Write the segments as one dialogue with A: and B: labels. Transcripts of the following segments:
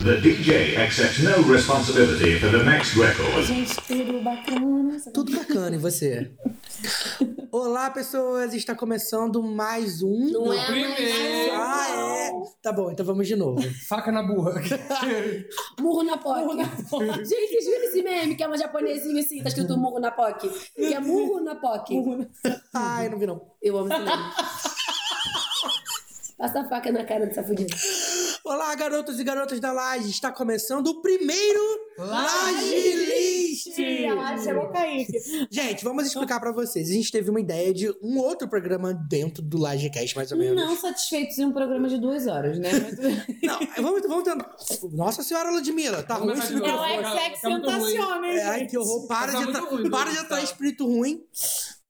A: The DJ accepts no responsibility for the next record.
B: Gente, tudo bacana. sabe?
C: Tudo bacana, e você? Olá, pessoas! Está começando mais um.
B: Não é
D: primeiro.
B: mais
C: Ah, é? Tá bom, então vamos de novo.
D: Faca na burra.
B: um. Murro na POC. Gente, vocês viram esse meme que é uma japonesinha assim, tá escrito murro na POC? Que é murro na POC.
C: Ai, não vi não.
B: Eu amo esse meme. Passa a faca na cara dessa fudida.
C: Olá, garotos e garotas da Laje! Está começando o primeiro Laje List!
E: Ela chegou a cair.
C: Gente, vamos explicar pra vocês. A gente teve uma ideia de um outro programa dentro do LajeCast, mais ou menos.
E: Não satisfeitos em um programa de duas horas, né? Mas-
C: Não, vamos, vamos tentar. Nossa senhora, Ludmilla, tá ruim esse
D: Ludmilla.
C: microfone.
E: Ela é que
D: Tá muito ruim.
E: tentaciona, hein?
C: É, Ai, que horror. Para,
D: Tá
C: de,
D: muito
C: atra-
D: ruim,
C: para de
D: tá.
C: atrair espírito ruim.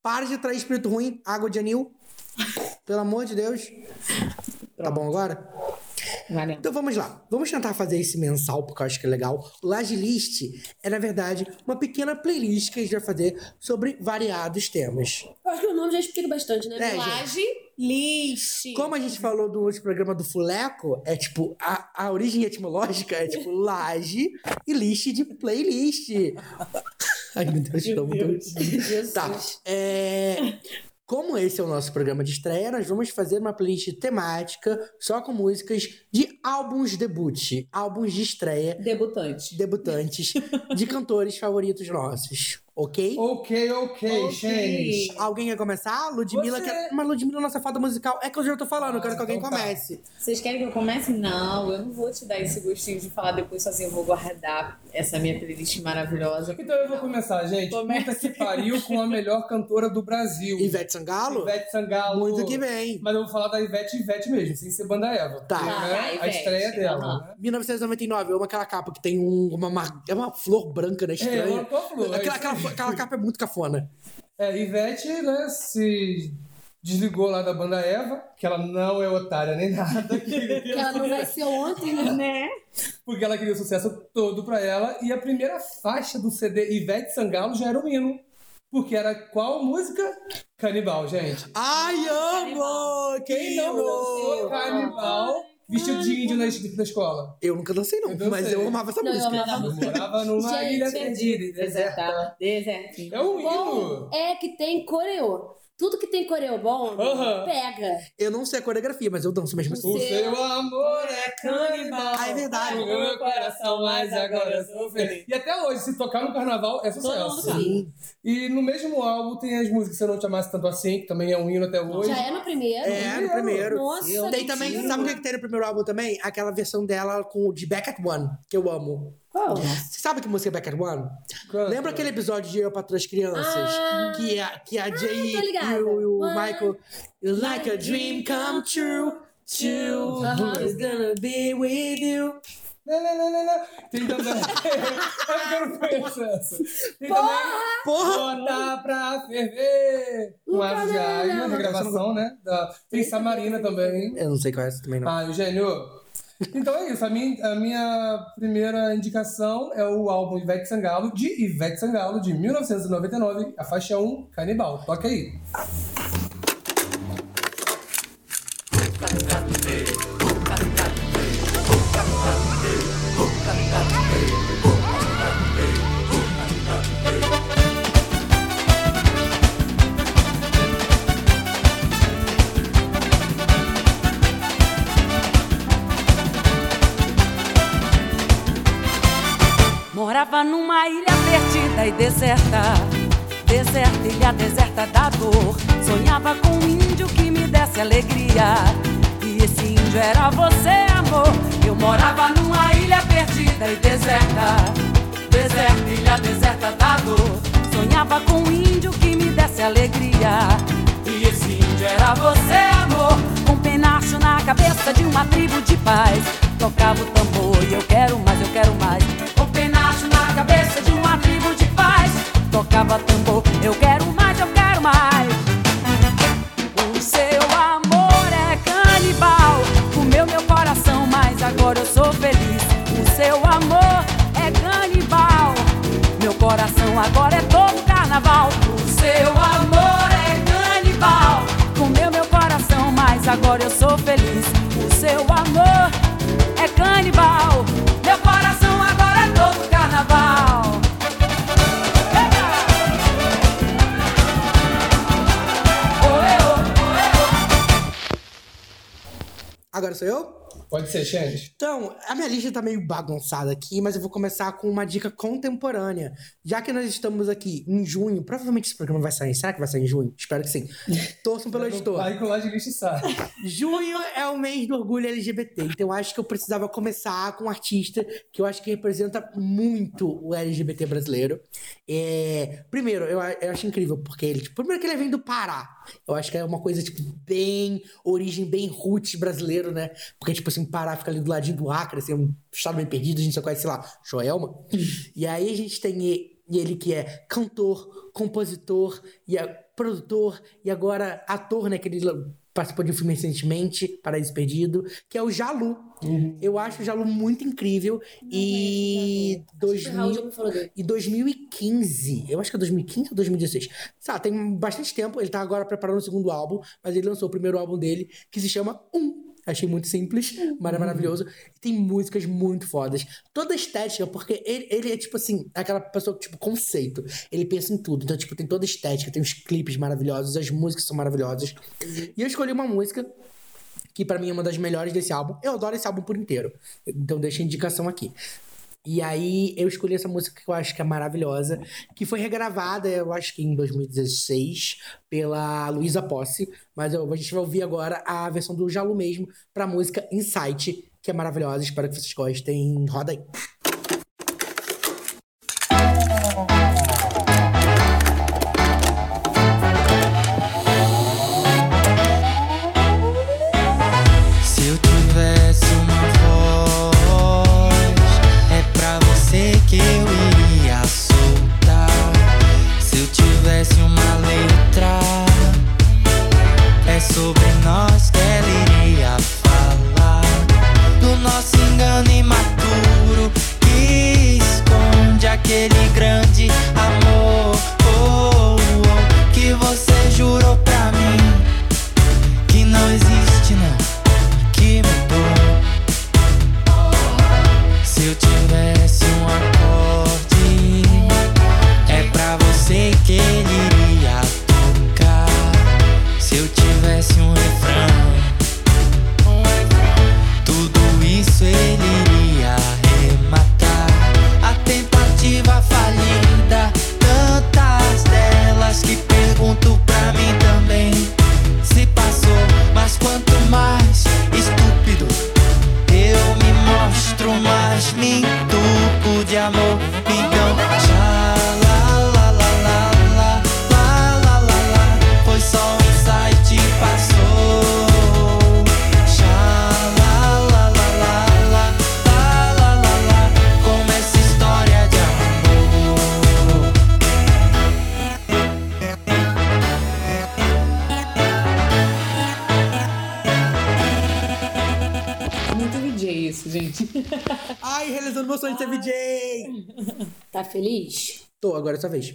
C: Para de atrair espírito ruim. Água de anil. Pelo amor de Deus. Tá bom agora?
E: Valeu.
C: Então vamos lá. Vamos tentar fazer esse mensal, porque eu acho que é legal. O Laje List é, na verdade, uma pequena playlist que a gente vai fazer sobre variados temas.
B: Eu acho que o nome já explica bastante, né?
C: É, gente.
E: Laje lixe.
C: Como a gente falou do outro programa do Fuleco, é tipo, a, a origem etimológica é tipo laje e list de playlist. Ai, meu Deus, pelo amor de Deus.
B: Jesus.
C: Tá. É, Como esse é o nosso programa de estreia, nós vamos fazer uma playlist temática só com músicas de álbuns debut, álbuns de estreia,
E: Debutante.
C: debutantes, de cantores favoritos nossos, ok?
D: ok, ok, Xênis.
C: Alguém quer começar? Ludmilla
D: Você.
C: quer. Mas Ludmilla, é nossa fada musical. É que eu já tô falando, eu quero que alguém
D: Então tá.
C: comece.
E: Vocês querem que eu comece? Não, eu não vou te dar esse gostinho de falar depois sozinho. Eu vou guardar essa é minha playlist maravilhosa.
D: Então eu vou começar, gente.
E: Começa.
D: Puta que pariu com a melhor cantora do Brasil.
C: Ivete Sangalo?
D: Ivete Sangalo.
C: Muito que bem.
D: Mas eu vou falar da Ivete Ivete mesmo, sem ser banda Eva.
C: Tá.
D: porque,
E: Tá,
D: né,
E: vai,
D: a
E: Ivete.
D: estreia dela.
E: Aham.
D: né?
C: 1999, eu amo aquela capa que tem um- uma, mar- é uma flor branca, né?
D: É, ela
C: Estranha.
D: tô flor. é
C: aquela,
D: isso aí.
C: aquela, aquela capa é muito cafona.
D: É, Ivete, né, se desligou lá da banda Eva, que ela não é otária nem nada, que-
B: Que ela não vai ser ontem, né?
E: Né?
D: porque ela queria o sucesso todo pra ela. E a primeira faixa do CD Ivete Sangalo já era um hino. Porque era qual música? Canibal, gente.
C: Ai, amo!
D: Quem não dançou Canibal vestido de índio na, na escola?
C: Eu nunca dancei, não,
D: Eu dancei.
C: mas eu amava essa
B: Não, eu
C: música.
B: amava.
D: Eu morava numa ilha
B: é
D: perdida e deserta.
E: Deserta. Deserta.
D: É um
B: Bom
D: hino!
B: é que tem coreô. Tudo que tem coreô bom,
D: Aham.
B: pega.
C: Eu não sei a coreografia, mas eu danço mesmo assim.
D: O seu amor é canibal.
C: Ah, é verdade.
D: Jogou meu coração, mas agora eu sou feliz. E até hoje, se tocar no carnaval, é
E: Todo
D: sucesso.
E: mundo sabe.
D: E no mesmo álbum tem as músicas Se Eu Não Te Amasse Tanto Assim, que também é um hino até hoje.
B: Já é no primeiro.
C: É, no primeiro.
B: Nossa,
C: Tem também,
B: mentira.
C: sabe o que, que tem no primeiro álbum também? Aquela versão dela com o de Back at One, que eu amo.
B: Qual?
C: Você sabe que música é Back at One?
D: Canta.
C: Lembra aquele episódio de Eu Patrô as Crianças?
B: Ah.
C: que a, que a Jay
B: tô ligada.
C: e o, e o
B: One,
C: Michael. Like a dream come true. True. It's gonna be with you.
D: Lá, lá, lá, lá, lá. Tem também... é porque eu não conheço essa. Tem também...
C: Porra!
D: Botar pra ferver! Com
B: Nunca
D: Aves de
B: não,
D: Águia,
B: não.
D: regravação, né? Da- Tem Samarina também.
C: Eu não sei qual é essa também, não.
D: Ah, Eugênio. Então é isso. A minha, a minha primeira indicação é o álbum Ivete Sangalo, de Ivete Sangalo, de 1999, a faixa 1, Canibal. Toca aí.
F: Morava numa ilha perdida e deserta Deserta, ilha deserta da dor Sonhava com um índio que me desse alegria E esse índio era você, amor Eu morava numa ilha perdida e deserta Deserta, ilha deserta da dor Sonhava com um índio que me desse alegria e esse índio era você, amor Com um penacho na cabeça de uma tribo de paz Tocava o tambor e eu quero mais, eu quero mais Com um penacho na cabeça de uma tribo de paz Tocava tambor, eu quero mais, eu quero mais o seu amor é canibal, comeu meu coração, mas agora eu sou feliz. O seu amor é canibal, meu coração agora é todo carnaval. O seu amor é canibal, comeu meu coração, mas agora eu sou feliz. O seu amor é canibal, meu é
C: sou eu?
D: Pode ser, Xande.
C: Então, a minha lista tá meio bagunçada aqui, mas eu vou começar com uma dica contemporânea. Já que nós estamos aqui em junho, provavelmente esse programa vai sair. Será que vai sair em junho? Espero que sim. Torçam pelo editor.
D: Vai que o Laje Lixo sabe.
C: Junho é o mês do orgulho LGBT, então eu acho que eu precisava começar com um artista que eu acho que representa muito o LGBT brasileiro. É, primeiro, eu, a- eu acho incrível, porque ele, tipo, primeiro que ele vem do Pará. Eu acho que é uma coisa, tipo, bem origem, bem roots brasileiro, né? Porque, tipo assim, o Pará fica ali do ladinho do Acre, assim, é um estado bem perdido, a gente só conhece, sei lá, Joelma. e aí a gente tem e- e ele que é cantor, compositor e é produtor e agora ator, né? Que ele la- participou de um filme recentemente, Paraíso Perdido, que é o Jalu. Eu acho o Jalu muito incrível e
B: O Raul já
C: 2000
B: me falou dele.
C: e 2015, eu acho que é 2015 ou 2016. Sabe, tem bastante tempo, ele tá agora preparando o segundo álbum, mas ele lançou o primeiro álbum dele, que se chama Um. Achei muito simples,
B: Um.
C: mas é maravilhoso. E tem músicas muito fodas. Toda estética, porque ele, ele é tipo assim, aquela pessoa, tipo, conceito. Ele pensa em tudo. Então, tipo, tem toda estética, tem os clipes maravilhosos, as músicas são maravilhosas. E eu escolhi uma música que pra mim é uma das melhores desse álbum. Eu adoro esse álbum por inteiro. Então deixa a indicação aqui. E aí eu escolhi essa música que eu acho que é maravilhosa, que foi regravada, eu acho que em 2016, pela Luísa Posse, mas eu- a gente vai ouvir agora a versão do Jalu mesmo pra música Insight, que é maravilhosa, espero que vocês gostem. Roda aí.
G: Se eu tivesse uma voz, é pra você que eu iria soltar. Se eu tivesse uma letra, é sobre nós que ela iria falar. Do nosso engano imaturo que esconde aquele grande amor oh, oh, que você jurou pra mim que não existe não, que mudou. Se eu tivesse um acorde, é pra você que ele iria tocar. Se eu tivesse um refrão, tudo isso ele iria arrematar. A tentativa falida, tantas delas que pergunto pra mim também se passou. Mas quanto mais estúpido eu me mostro, mais me entupo de amor. Então, tchá, lá, lá, lá, lá, lá, lá, lá, lá, lá. Foi só um insight e passou. Tchá, lá, lá, lá, lá, lá, lá, lá, lá, lá. Como essa história de amor.
E: Muito DJ isso, gente.
C: Ai, realizando meu sonho de ser VJ!
B: Tá feliz?
C: Tô, agora é sua vez.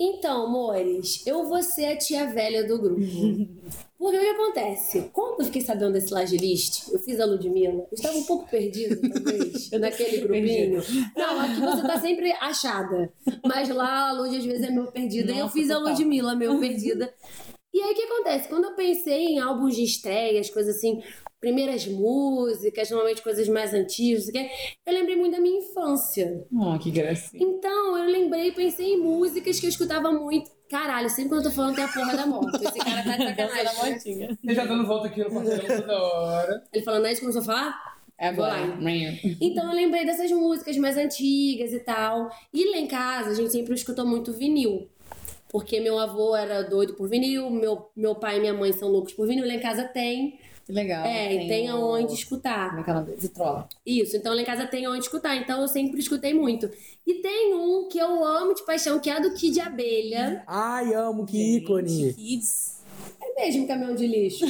B: Então, amores, eu vou ser a tia velha do grupo. Porque o que acontece? Quando eu fiquei sabendo desse laje list, eu fiz a Ludmilla, eu estava um pouco perdida, talvez, naquele grupinho. Não, aqui você tá sempre achada. Mas lá a Lud às vezes é meu perdida. e eu
E: Nossa,
B: fiz a
E: total.
B: Ludmilla, meu perdida. E aí o que acontece? Quando eu pensei em álbuns de estreia, as coisas assim, primeiras músicas, normalmente coisas mais antigas, não sei o quê, eu lembrei muito da minha infância.
E: Oh, que gracinha.
B: Então, eu lembrei, pensei em músicas que eu escutava muito. Caralho, sempre quando eu tô falando tem a porra da moto. Esse cara tá de
E: Dança é da
B: sacanagem. né?
E: motinha.
D: Ele já dando volta aqui no quarteirão toda hora.
B: Ele falando, aí começou a falar?
E: É agora.
B: Vou lá.
E: Amanhã.
B: Então eu lembrei dessas músicas mais antigas e tal. E lá em casa a gente sempre escutou muito vinil. Porque meu avô era doido por vinil, meu, meu pai e minha mãe são loucos por vinil. Lá em casa tem.
E: Que legal.
B: é, e tem
E: o-
B: aonde escutar.
E: Como é que é o nome? Vitrola.
B: Isso, então lá em casa tem onde escutar, então eu sempre escutei muito. E tem um que eu amo de paixão, que é a do Kid Abelha.
C: Ai, amo, que ícone!
E: Kids.
B: É mesmo caminhão de lixo.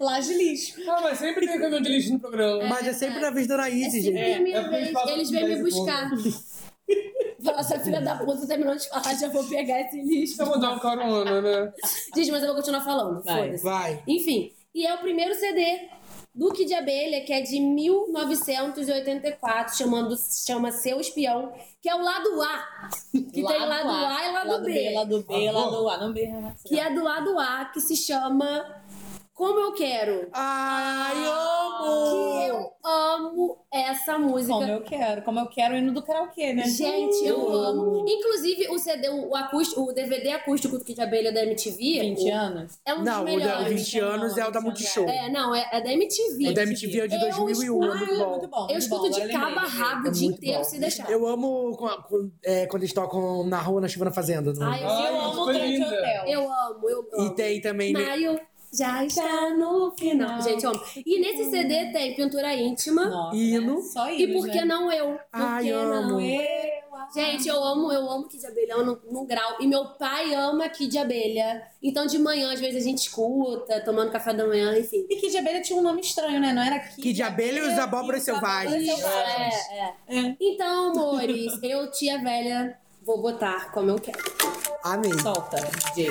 E: Lá de lixo.
D: Ah, mas sempre tem caminhão de lixo no programa.
C: Mas é sempre na vez da
B: É
C: Anaís, gente.
B: sempre a minha
D: É porque
B: vez.
D: eles falam
B: Eles
D: com
B: vêm me
D: 10
B: buscar. Falar, essa filha da puta terminou de falar, já vou pegar esse lixo.
D: Você mudou a corona, né?
B: Gente, mas eu vou continuar falando.
E: Vai.
B: Foda-se.
C: Vai.
B: Enfim, e é o primeiro CD Duque de Abelha, que é de 1984, chamando, chama Seu Espião, que é o lado A. Que tem lado A, e lado, B.
E: Lado
C: Tá
E: B,
D: Ah,
E: lado A. Não B, né?
B: Que é do lado A, que se chama Como Eu Quero.
C: Ai, amo!
B: Que eu amo essa música.
E: Como eu quero. Como eu quero o hino do karaokê, né?
B: Gente, eu amo. Inclusive, o CD, o, acústico, o DVD acústico do Kid Abelha da MTV
E: 20 anos.
B: é um
C: Não,
B: dos
C: o da
B: melhores.
C: 20 anos é o da Multishow.
B: É, não, é, é da MTV.
C: O da MTV é o de
B: Eu
C: 2001, é muito
B: escuto-
C: bom.
E: Muito bom.
B: Eu
E: muito
B: escuto
E: bom,
B: de
E: agora eu
B: cabo a
E: lembrei.
B: rabo o
C: É
B: dia
C: muito
B: inteiro
C: bom.
B: se deixar.
C: Eu amo com- com- é, quando eles tocam na rua, na chuva, na fazenda. é? no-
D: Ai,
B: Ai,
E: Eu
D: isso
E: amo o
D: foi
E: grande
D: linda.
E: hotel.
B: Eu amo, eu amo.
C: E tem também... né?
B: Maio já está no final. Gente, eu amo. E nesse CD tem pintura íntima.
E: Nossa,
C: Hino.
E: né? Só
B: E
E: hino,
B: por que
E: né?
B: não eu? Por
C: Ai,
B: que
C: amo.
B: não Gente, eu amo, eu amo Kid Abelha no, no grau. E meu pai ama Kid Abelha. Então de manhã, às vezes, a gente escuta, tomando café da manhã, enfim.
E: E que de abelha tinha um nome estranho, né? Não era Kid.
C: Que de abelha e os abóboras selvagens.
B: É, é. Então, amores, eu, tia velha, vou botar como eu quero.
C: Amei.
E: Solta, DJ.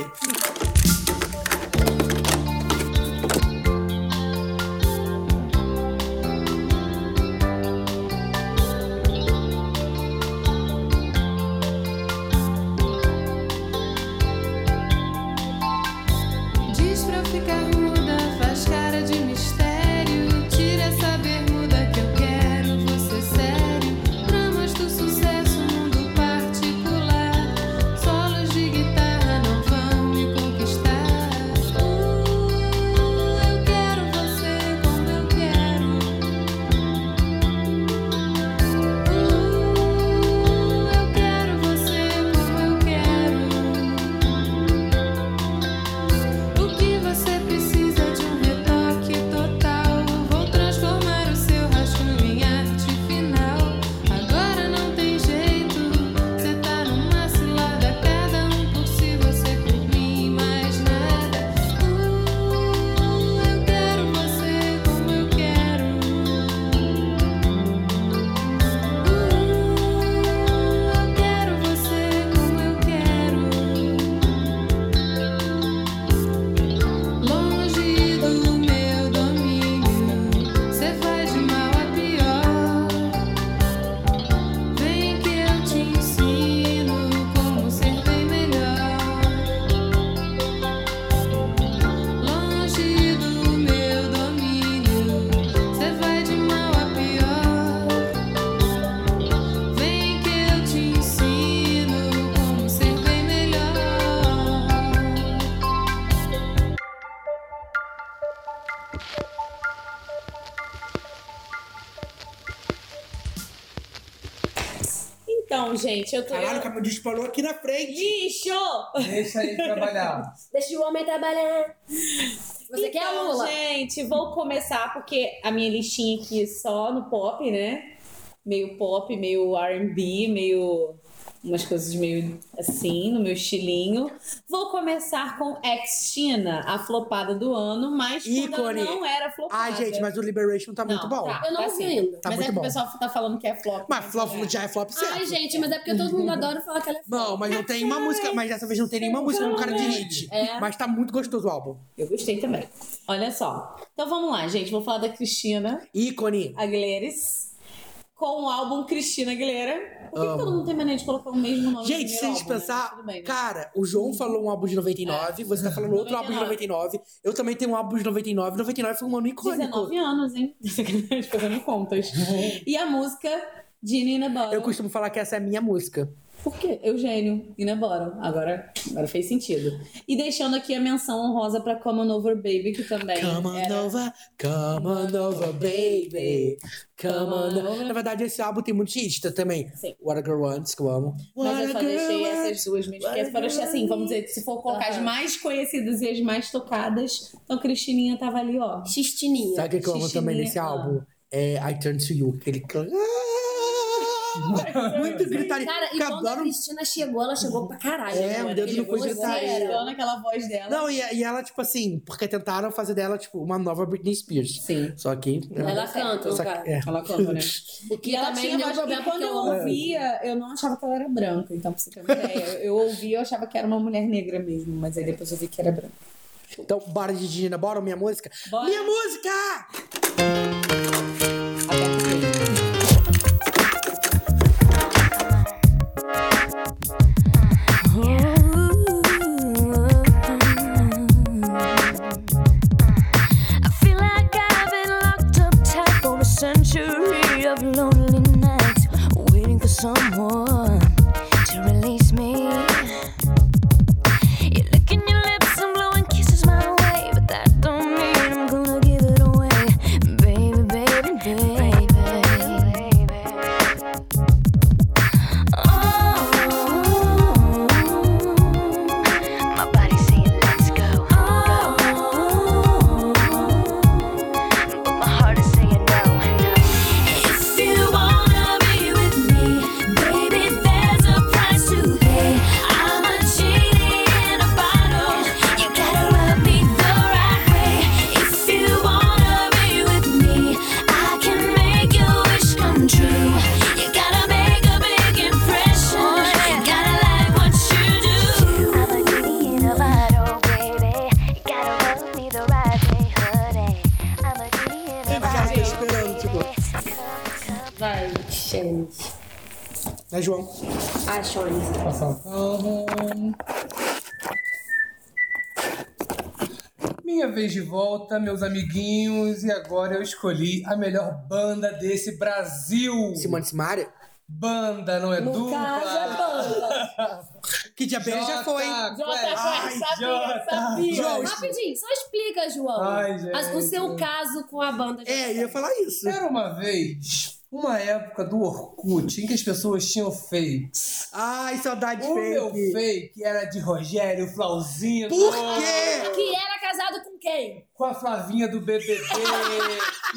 H: Diz pra eu ficar muda, faz cara de mistério. Tira essa bermuda que eu quero, você sério. Dramas do sucesso, mundo particular. Solos de guitarra não vão me conquistar. Uh, eu quero você como eu quero. Uh, eu quero você como eu quero. O que você precisa de um retoque total? Vou transformar o seu rascunho em arte final. Agora não tem jeito, você tá numa cilada. Cada um por si, você por mim, mais nada. Uh, eu quero você como eu quero. Uh, eu quero você como eu quero. Longe do meu domínio, cê faz de mal a pior. Vem que eu te ensino como ser bem melhor. Longe do meu domínio, cê vai de mal a pior. Vem que eu te ensino como ser bem melhor.
E: Então, gente, eu tô.
C: Caralho, o cabelo disparou aqui na frente.
E: Lixo!
D: Deixa aí trabalhar.
B: Deixa o homem trabalhar. Você
E: então,
B: quer, Lula?
E: gente, vou começar porque a minha listinha aqui é só no pop, né? Meio pop, meio R&B, meio... Umas coisas meio assim, no meu estilinho. Vou começar com Ex-China, a flopada do ano, mas quando ela
C: Ícone.
E: não era flopada.
C: Ai, gente, mas o Liberation tá muito
E: Não,
C: bom.
E: tá.
B: Eu não
E: Tá
B: ouvi
E: sim.
B: ainda.
C: Tá
E: mas
C: muito
E: é que
C: bom.
E: o pessoal tá falando que é flop.
C: Mas
E: né?
C: flop
E: É.
C: já é flop certo.
B: Ai, gente, mas é porque todo mundo adora falar que ela é
C: Não, mas não tem uma música, mas dessa vez não tem nenhuma música com cara de hit.
B: É.
C: Mas tá muito gostoso o álbum.
E: Eu gostei também. Olha só. Então vamos lá, gente. Vou falar da Cristina.
C: Ícone.
E: Aguilheres com o álbum Cristina Aguilera. Por que,
C: Amo.
E: que todo mundo tem mania de colocar o mesmo nome
C: Gente,
E: no
C: se a
E: primeiro
C: gente
E: álbum, né?
C: pensar,
E: Tudo bem, né?
C: cara, o João falou um álbum de 99, você tá falando outro álbum de 99, eu também tenho um álbum de 99, 99 foi um ano icônico.
E: 19 anos, hein? Sacanagem, Fazendo contas. E a música de Nina Bottom.
C: Eu costumo falar que essa é a minha música.
E: Por quê? Eugênio, Nina Bottom. Agora, agora fez sentido. E deixando aqui a menção honrosa pra Come On Over Baby, que também
C: Come on
E: era...
C: over, come on over, baby. Come on over. Na verdade, esse álbum tem muito hit também.
E: Sim.
C: What a Girl Wants, que eu amo.
E: Mas eu
C: What
E: só
C: a
E: deixei
C: Girl
E: essas duas mesmo, porque foram assim, vamos dizer, se for colocar as mais conhecidas e as mais tocadas, então Cristininha tava ali, ó.
B: Xistininha.
C: Sabe o que que eu amo
E: Xixi
C: também nesse
E: Nina.
C: álbum? É I Turn to You, aquele. cl- Muito gritaria.
B: Cara, e quando a
C: Acabaram-
B: Cristina chegou, ela chegou pra caralho.
C: É,
B: né?
C: o dedo no cu
B: Você
C: de tá aí.
B: era.
E: Tirando aquela É, voz dela.
C: Não, e, e ela, tipo assim, porque tentaram fazer dela, tipo, uma nova Britney Spears.
E: Sim.
C: Só que. né?
B: Ela canta,
C: só
B: no
C: que-
B: cara.
C: é.
E: Ela canta, né?
B: O
E: E
B: que
E: ela
B: também
E: tinha
B: me deu
E: voz que
D: é
B: problema
E: quando
B: porque
E: eu
B: eu amo.
E: ouvia, eu não achava que ela era branca. Então, pra você ter uma ideia, eu ouvia, eu achava que era uma mulher negra mesmo, mas aí depois eu vi que era branca.
C: Então, bora de Gina, bora minha música.
E: Bora.
C: Minha música!
I: I feel like I've been locked up tight for a century of lonely nights, waiting for someone to release me. You're licking your lips and blowing kisses my way, but that don't mean I'm gonna give it away, baby, baby, baby. Oh, my body saying let's go. Oh. But my heart is saying no. If you wanna be with me, baby, there's a price to pay. I'm a genie in a bottle. You gotta love me the right way. If you wanna be with me, I can make your wish come true. You gotta make a big impression. You gotta like what you do. I'm a genie in a bottle, baby. You gotta love me the right way, honey. I'm a genie in a
C: Já tô
I: bottle.
C: esperando, tipo.
E: Vai.
B: Gente.
C: Né, João?
B: Ai, Shone.
D: Passar um o carro. Minha vez de volta, meus amiguinhos, e agora eu escolhi a melhor banda desse Brasil.
C: Simone Simaria?
D: Banda, não é
B: No
D: dupla?
B: caso, é banda.
C: Que dia bem já foi, hein?
B: assim,
E: Jota,
D: Ai,
E: sabia,
D: Jota.
E: sabia.
C: João,
B: Rapidinho, só explica, João.
D: Ai, gente.
B: as- o seu caso com a banda.
C: é, eu ia falar isso.
D: Era uma vez, uma época do Orkut, em que as pessoas tinham fakes.
C: Ai, saudade
D: O meu
C: fake.
D: fake era de Rogério Flauzino.
C: Por quê?
B: Que é- era casado com quem?
D: com a Flavinha do BBB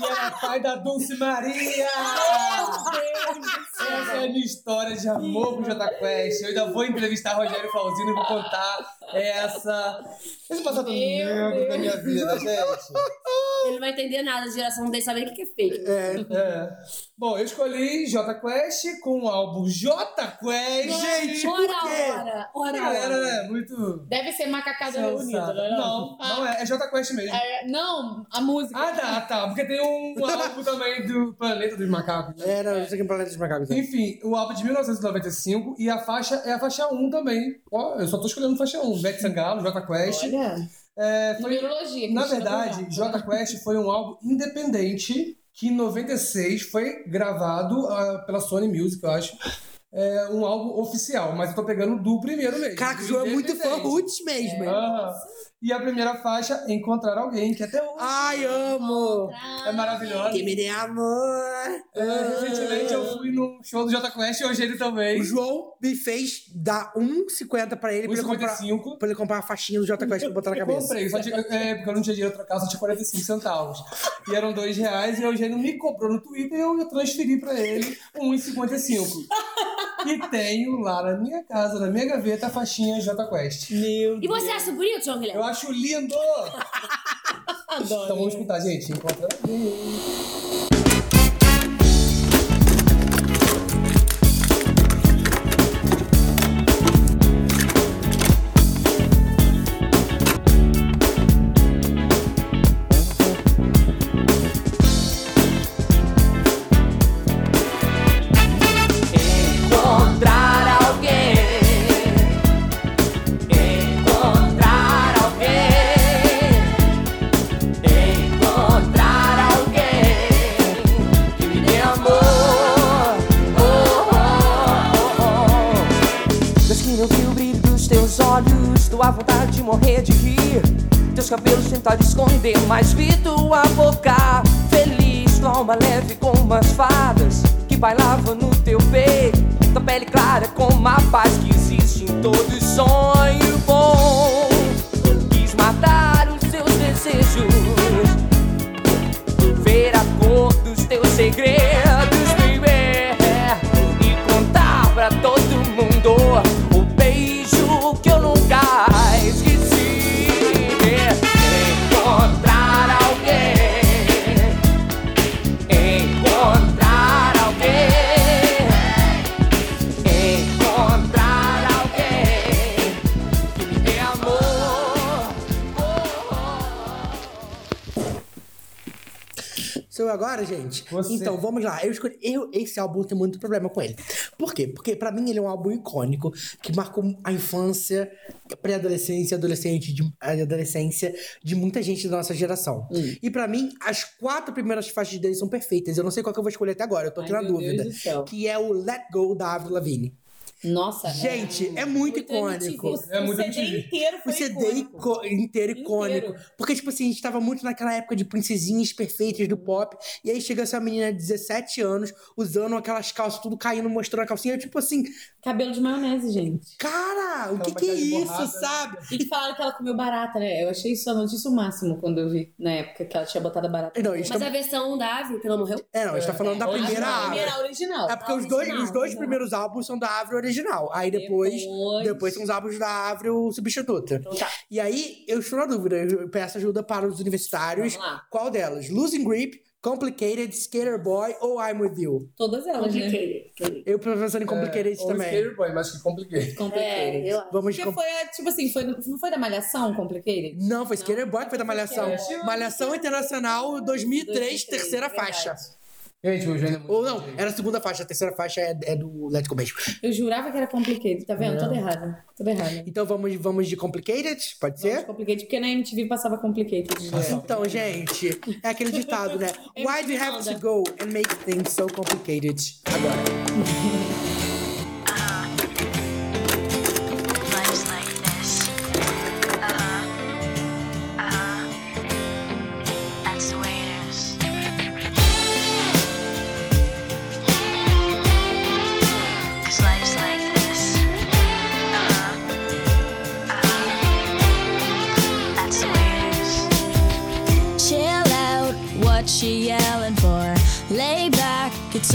D: e era pai da Dulce Maria. Essa é a minha história de amor com o Jota Quest. Eu ainda vou entrevistar Rogério Flauzino e vou contar essa. Esse passado negro da minha vida, gente.
B: Ele não vai entender nada, a geração dele saber o que que é fake.
D: É. Bom, eu escolhi Jota Quest com o álbum Jota Quest.
C: Gente, por quê?
B: ora, ora, ora,
D: Galera,
B: ora.
D: né? Muito.
E: Deve ser macacada reunida,
D: sensata.
E: não é?
D: Não, não é. É Jota Quest mesmo.
E: É, não, a música.
D: Ah, tá, tá. Porque tem um álbum também do Planeta dos Macacos. né?
C: Era, não sei quem planeta dos macacos. né?
D: Enfim, o álbum é de 1995 e a faixa é a faixa 1 também. Ó, eu só tô escolhendo faixa 1. Beth Sangalo, Jota Quest. É, foi-
E: Numerologia. que
D: na
E: a gente tá
D: verdade,
E: falando.
D: Jota Quest foi um álbum independente que em 96 foi gravado ah, pela Sony Music, eu acho. É, um álbum oficial, mas eu tô pegando do primeiro mesmo.
C: Caraca, o João é muito fã
D: Independente.
C: roots mesmo. hein?
D: Aham. E a primeira faixa, Encontrar Alguém, que até hoje
C: Ai, amo.
D: é maravilhosa.
C: Que me dê amor.
D: É, recentemente eu fui num show do Jota Quest e hoje ele também.
C: O João me fez dar 1,50 pra ele pra ele, comprar,
D: 1,55.
C: pra ele comprar a faixinha do Jota Quest pra botar na
D: Eu
C: cabeça.
D: comprei, só tinha, é, porque eu não tinha dinheiro pra trocar, só tinha 45 centavos. E eram dois reais e o Eugênio me comprou no Twitter e eu, eu transferi pra ele 1,55. E tenho lá na minha casa, na minha gaveta, a faixinha Jota Quest.
B: E você acha bonito, João
D: Eu
B: Guilherme?
D: acho lindo! Então vamos escutar, gente. Encontra
J: Encontrar alguém, encontrar alguém, encontrar alguém que me dê amor. Oh, oh, oh, oh. Deus que não vi o brilho dos teus olhos Tua vontade de morrer de rir Teus cabelos tentaram esconder Mas vi tua boca feliz Tua alma leve como as fadas Que bailavam no teu peito Tua pele clara como a paz Que existe em todo sonho bom Quis matar os seus desejos ver a cor dos teus segredos, baby. E contar pra todo mundo o beijo que eu nunca esqueci. Encontrar alguém, encontrar alguém, encontrar alguém que me dê amor. Oh,
C: Sou eu agora, gente?
D: Você.
C: Então, vamos lá. Eu escolhi. Eu, esse álbum tem muito problema com ele. Por quê? Porque, pra mim, ele é um álbum icônico que marcou a infância, pré-adolescência, adolescente, de, a adolescência de muita gente da nossa geração.
E: Hum.
C: E, pra mim, as quatro primeiras faixas dele são perfeitas. Eu não sei qual que eu vou escolher até agora, eu tô aqui
E: Ai,
C: na
E: meu Deus
C: dúvida.
E: do céu.
C: Que é o Let Go da Avril Lavigne.
E: Nossa,
C: Gente, é muito
E: Ultra MTV.
C: icônico.
D: É muito
E: o CD
D: MTV.
E: inteiro
C: O
E: foi
C: CD
E: icônico.
C: ico- inteiro icônico. Porque, tipo assim, a gente tava muito naquela época de princesinhas perfeitas do pop. E aí chega essa menina de 17 anos, usando aquelas calças, tudo caindo, mostrando a calcinha. Eu, tipo assim,
E: Cabelo de maionese, gente.
C: cara, o que que é
D: maquiagem
C: isso,
D: borrada, né?
C: sabe?
E: E falaram que ela comeu barata, né? Eu achei isso a notícia o máximo quando eu vi na época que ela tinha botado a barata. é
C: Não, a gente
B: Mas
C: tá-
B: a versão da Ave, que ela morreu,
C: É, não, a gente tá falando da
E: A
C: primeira
B: é
E: primeira
C: Avril.
E: original.
C: É porque os dois, os dois primeiros álbuns são da Avril original. Aí depois,
E: Depois-
C: depois... são os álbuns da Avril substituta.
E: tá.
C: E aí, eu estou na dúvida. Eu peço ajuda para os universitários.
E: Vamos lá.
C: Qual delas? Losing Grip, Complicated, Skater Boy ou I'm With You?
E: Todas elas, né?
B: compliquei.
C: Eu tô pensando em Complicated
D: É, ou
C: também.
D: Skater Boy, mas que compliquei.
E: Complicated.
B: É, eu acho.
C: Vamos de
E: Porque
C: com...
E: foi, tipo assim, foi, não foi da Malhação Complicated?
C: Não, foi Skater Boy que foi da Malhação. Malhação Internacional 2003,
E: 2003,
C: terceira
B: é
E: verdade.
C: faixa.
D: Gente, o Eugênio é muito
C: Ou não, era a segunda faixa. A terceira faixa é, é do Let Go mesmo.
E: Eu jurava que era Complicated, tá vendo? Toda errada. Toda errada.
C: Então vamos, vamos de Complicated? Pode ser?
E: Vamos de Complicated, porque na MTV passava Complicated. direto.
C: Então, gente, é aquele ditado, né?
B: É
C: Why do you have to go and make things so complicated? Agora.
I: Life's like this. Uh-huh. Uh-huh. That's the way it is. Cause life's like this. Uh-huh. Uh-huh. That's the way it is. Chill out, what she yelling for? Lay back, it's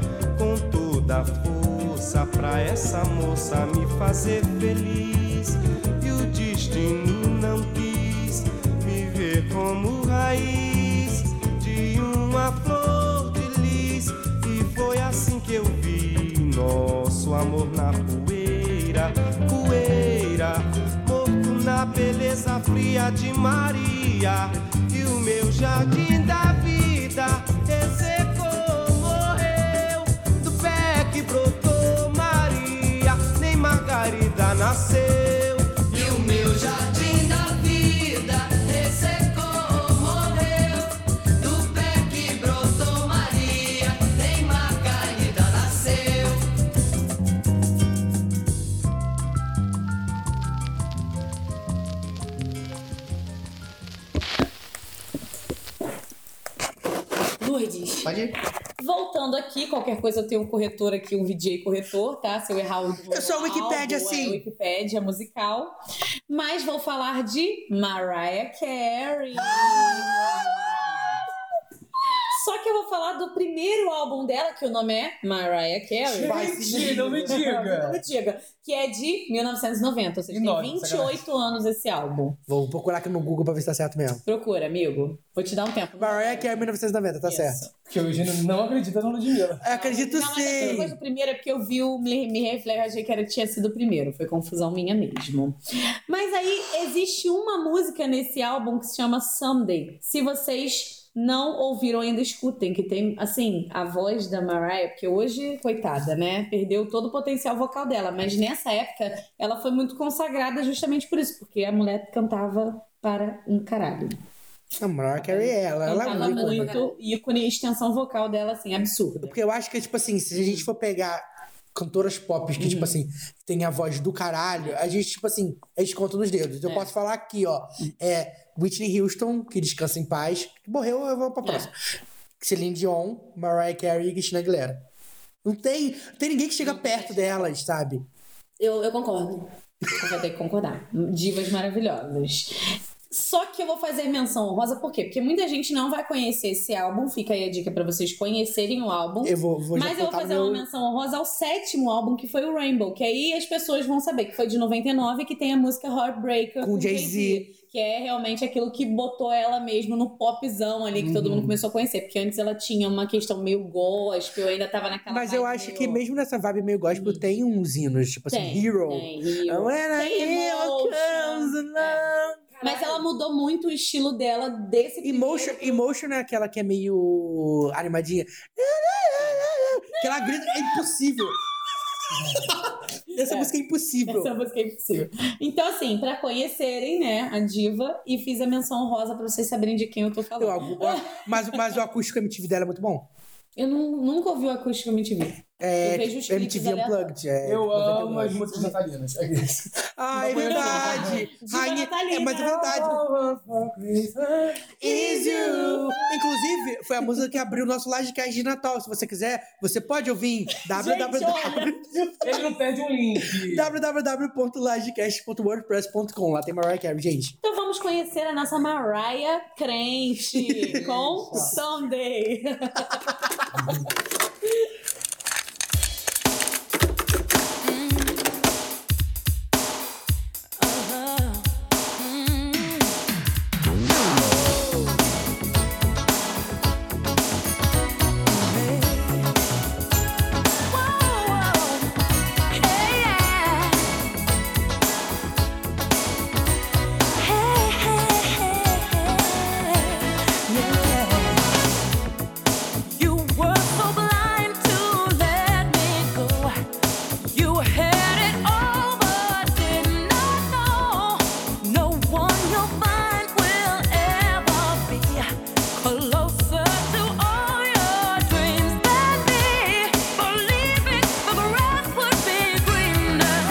K: com toda a força pra essa moça me fazer feliz e o destino não quis me ver como raiz de uma flor de lis e foi assim que eu vi nosso amor na poeira poeira morto na beleza fria de Maria e o meu jardim da vida ressecou morreu do pé que brotou Maria nem Margarida nasceu e o meu jardim da vida ressecou morreu do pé que brotou Maria nem
J: tá
K: Margarida nasceu
B: Lourdes.
C: Pode ir.
E: Voltando aqui, qualquer coisa eu tenho um corretor aqui, um VJ corretor, tá? Se eu errar o
C: Eu sou a Wikipédia,
E: álbum,
C: sim.
E: É Wikipédia musical. Mas vou falar de Mariah Carey. Só que eu vou falar do primeiro álbum dela, que o nome é Mariah Carey.
D: Vai se Mentira, não me diga.
E: Não me diga. Que é de 1990, ou seja, tem
D: Enorme,
E: 28 anos esse álbum.
C: Tá Vou procurar aqui no Google pra ver se tá certo mesmo.
E: Procura, amigo. Vou te dar um tempo.
C: Mariah Carey 1990, tá
E: Isso.
C: certo.
D: Que o Eugênio não acredita na Ludmilla.
C: Eu acredito
E: Não, mas é que depois
C: sim.
E: do primeiro é porque eu vi o Me Me Reflexo, achei que era, tinha sido o primeiro. Foi confusão minha mesmo. Mas aí existe uma música nesse álbum que se chama Someday. Se vocês não ouviram ainda, escutem, que tem, assim, a voz da Mariah, porque hoje, coitada, né? Perdeu todo o potencial vocal dela. Mas nessa época, ela foi muito consagrada justamente por isso, porque a mulher cantava para um caralho.
C: A Mariah Carey é ela, ela é
E: Cantava
C: um ícone.
E: muito, ícone, extensão vocal dela, assim, absurda.
C: Porque eu acho que, tipo assim, se a gente for pegar cantoras pop que, tipo assim, tem a voz do caralho, a gente, tipo assim, a gente conta nos dedos. Eu
E: É.
C: posso falar aqui, ó. É Whitney Houston, que descansa em paz. que Morreu, eu vou
E: É.
C: pra próxima. Celine Dion, Mariah Carey e Christina Aguilera. Não tem, não tem ninguém que chega perto delas, sabe?
B: Eu, eu concordo.
E: Eu vou ter que concordar. Divas maravilhosas. Só que eu vou fazer menção honrosa, por quê? Porque muita gente não vai conhecer esse álbum. Fica aí a dica pra vocês conhecerem o álbum.
C: Eu vou, vou já
E: Mas eu vou
C: contar
E: fazer
C: meu-
E: uma menção honrosa ao sétimo álbum, que foi o Rainbow, que aí as pessoas vão saber que foi de 99 que tem a música Heartbreaker
C: Com Jay-Z.
E: que é realmente aquilo que botou ela mesmo no popzão ali, que todo
C: Uhum.
E: mundo começou a conhecer, porque antes ela tinha uma questão meio gospel, ainda tava naquela
C: Mas eu
E: vibe
C: acho
E: meio-
C: que mesmo nessa vibe meio gospel, tem uns hinos, tipo assim,
E: Uhum. Tem,
C: Hero.
E: tem, Hero.
C: When a
E: Tem
C: hero
E: Emotion. é.
C: comes along.
E: Mas ela mudou muito o estilo dela desse primeiro.
C: Emotion, emotion é aquela que é meio animadinha. Que ela grita, é impossível. Essa música é impossível.
E: Essa música é impossível. Então, assim, pra conhecerem, né, a diva, e fiz a menção honrosa pra vocês saberem de quem eu tô
C: Eu,
E: falando.
C: eu- mas, mas o acústico MTV dela é muito bom.
E: Eu nu- nunca ouvi o acústico MTV.
C: É,
E: Eu vejo os
C: tipo,
E: clipes
C: MTV
E: aleatórios.
C: Unplugged. É,
D: Eu
C: tipo,
D: amo
C: 99.
D: as músicas natalinas. É isso.
C: Ah, é
D: Não conheço
C: verdade.
E: Diva
C: Rainha, é, mas é
E: Natalina.
C: verdade. Is you. Inclusive, foi a música que abriu o nosso Livecast de Natal. Se você quiser, você pode ouvir www.
D: Ele não perde um link.
C: www.livecast.wordpress.com. Lá tem Mariah Carey, gente.
E: Então vamos conhecer a nossa Mariah Crente com Sunday.
L: You were so blind to let me go. You had it all, but did not know. No one you'll find will ever be closer to all your dreams than me. Believing the grass would be greener.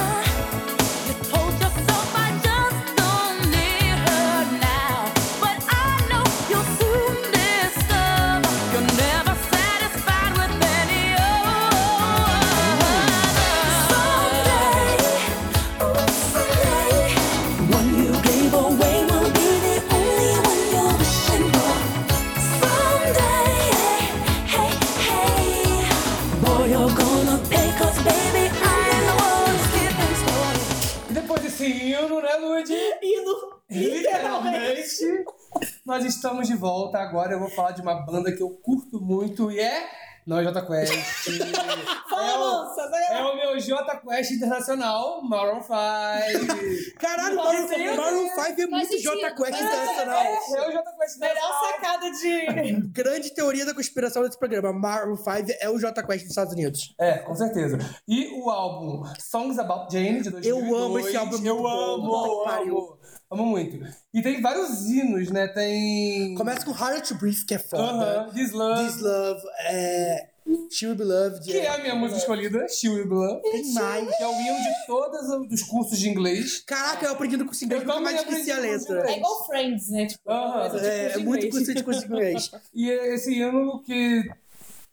L: You told yourself I just don't need her now, but I know you'll soon discover you're never satisfied with any other. Someday, one you gave away will be the only one you're wishing for. Someday, hey, hey, boy, you're gonna pay 'cause baby I'm the one skipping stories.
D: Depois desse hino, né, Lud?
E: Hino, literalmente.
D: Literalmente, nós estamos de volta. Agora eu vou falar de uma banda que eu curto muito e é. Não, Jota Quest.
E: Fala,
D: É o-
E: moça, vai lá.
D: É o meu Jota Quest internacional, Maroon 5.
C: Caralho, Maroon
E: Nossa, meu
C: Maroon 5 é muito
B: sentido.
C: Jota Quest
B: Faz
C: internacional.
D: É, é o Jota Quest
E: Melhor
D: internacional.
E: sacada de.
C: Grande teoria da conspiração desse programa. Maroon 5 é o Jota Quest dos Estados Unidos.
D: É, com certeza. E o álbum Songs About Jane, de 2002.
C: Eu amo esse álbum, é muito
D: Eu
C: bom.
D: amo,
C: Puta que pariu.
D: amo. Amo muito. E tem vários hinos, né? Tem...
C: Começa com Hard to Breathe, que é foda.
D: Aham, This Love,
C: This Love, é... She Will Be Loved.
D: que é a minha música escolhida, She Will Be Loved.
C: Tem mais.
D: Que é o hino de todos os os cursos de inglês.
C: Caraca, eu aprendi no curso de inglês,
D: Eu
C: nunca É mais
D: também
C: esqueci a
D: aprendi no curso de
C: letra.
E: É igual Friends, né? Tipo,
D: Aham.
E: coisa de
C: É, é
E: curso de
C: muito
E: inglês.
C: curso de curso de inglês.
D: E é esse hino que...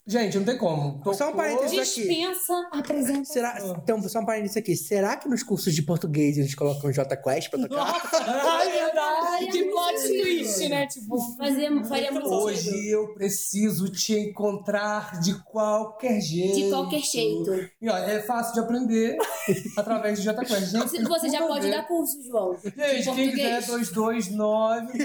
D: Gente, não tem como.
C: Só um parênteses. Isso aqui.
E: Dispensa apresentação.
C: Será,
D: Ah.
C: então, só um parênteses aqui. Será que nos cursos de português eles colocam J Quest pra tocar?
D: Ai,
B: Faria
E: Que
B: muito
E: plot
B: sentido.
E: twist, né? Tipo,
B: Fazer, faria muito sentido.
D: Hoje eu preciso te encontrar de qualquer jeito.
B: De qualquer jeito.
D: E ó, é fácil de aprender através de JQuest. Gente,
B: Você- Você já
D: tudo a
B: pode
D: ver.
B: dar curso, João. de
D: Gente, quem quiser,
B: português.
D: 229.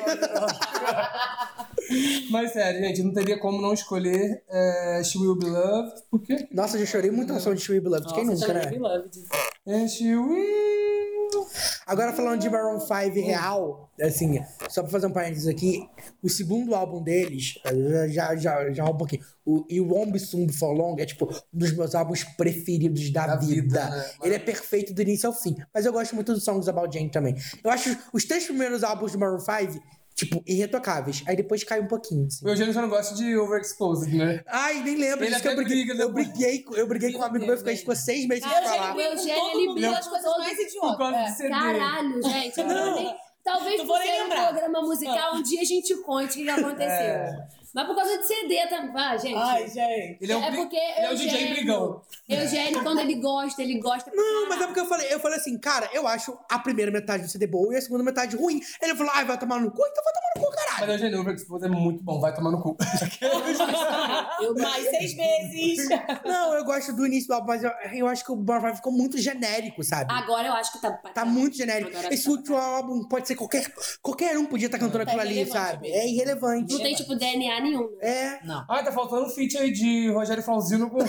D: Mas sério, gente, não teria como não escolher é, She Will Be Loved, porque
C: Nossa, eu já chorei muito na som de She Will Be Loved. Quem
E: Nossa,
C: nunca, né?
E: também Beloved.
D: é She Will.
C: Agora falando de Maroon 5 real, assim, só pra fazer um parênteses aqui, o segundo álbum deles, já, já, já, já rouba um pouquinho, o You Won't Be Soon Before Long é tipo um dos meus álbuns preferidos da,
D: Da vida,
C: vida.
D: né?
C: Ele é perfeito do início ao fim, mas eu gosto muito dos Songs About Jane também. Eu acho os três primeiros álbuns de Maroon 5, tipo, irretocáveis, aí depois cai um pouquinho, assim.
D: O Eugênio já não gosta de Overexposed, né?
C: Ai, nem lembro
D: Ele
C: disso que eu
D: até
C: briguei.
D: briga
C: eu,
D: depois.
C: briguei com- eu briguei com um amigo meu, ficou- a gente ficou seis meses sem
E: Ah, eu já
C: falar.
E: briguei.
B: Meu gênio, ele briga as coisas mais
D: Por causa de CD.
B: Caralho, gente. eu não nem- Talvez
E: É. Não
B: por
E: vou nem
B: ser um
E: lembrar.
B: programa musical, um dia a gente conte o que aconteceu. Mas por causa de CD também, ah, gente.
E: É. Ai, gente.
D: Ele é, um
B: é
D: bri-
B: porque
D: ele é o
B: Eugênio,
D: DJ brigão.
B: Eugênio, quando ele gosta, ele gosta. pra
C: Não, mas é
B: caralho.
C: porque eu falei, eu falei assim, cara, eu acho a primeira metade do CD boa e a segunda metade ruim. Ele falou, ai, vai tomar no cu, então vai tomar no cu, caralho.
D: Mas a Genova Exposed é muito bom, vai tomar no cu.
E: Eu mais seis vezes.
C: Não, eu gosto do início do álbum, mas eu, eu acho que o Maroon 5 ficou muito genérico, sabe?
B: Agora eu acho que tá.
C: Tá muito genérico.
B: Agora
C: Esse
B: tá.
C: último álbum pode ser qualquer. Qualquer um podia estar cantando aquilo ali,
E: irrelevante
C: sabe? É irrelevante.
B: Não tem, tipo, DNA nenhum. né?
C: É.
D: Ah, tá faltando um feat aí de Rogério Flauzino com.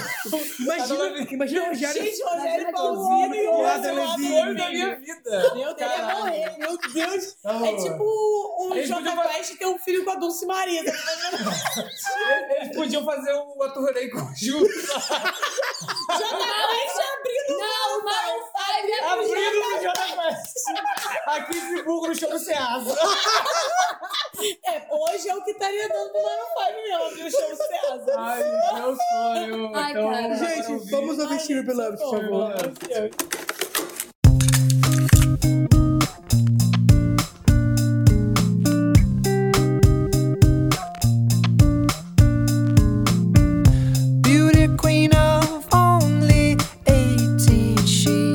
C: Imagina, imagina o Rogério. né?
E: Gente, Rogério um
B: Imagina que
E: Paulzino e o
C: homem,
E: Wesley
C: Wesley
E: Lafleur
D: Filho da
E: da minha
D: minha vida.
E: um Meu Deus, ele ia morrer, meu Deus.
D: Não,
E: É tipo o
D: Tá Eles
E: Jota
D: podiam fazer-
E: Quest ter um filho com a Dulce Maria.
D: Eles podiam fazer um uma turnê com o Júlio.
E: Jota Quest abrindo
B: Não, o Maroon 5
E: né?
B: é pro
D: Abrindo o Jota Quest. Aqui em Friburgo, no show do Ceasa.
E: É, hoje é o que estaria dando pro Mano Five mesmo, abriu o show do Ceasa.
D: Ai, meu sonho.
B: Ai,
D: Então,
B: cara.
D: agora eu
C: Gente,
D: vi.
C: vamos ouvir Steve Love, por favor.
J: Beauty queen of only 18, she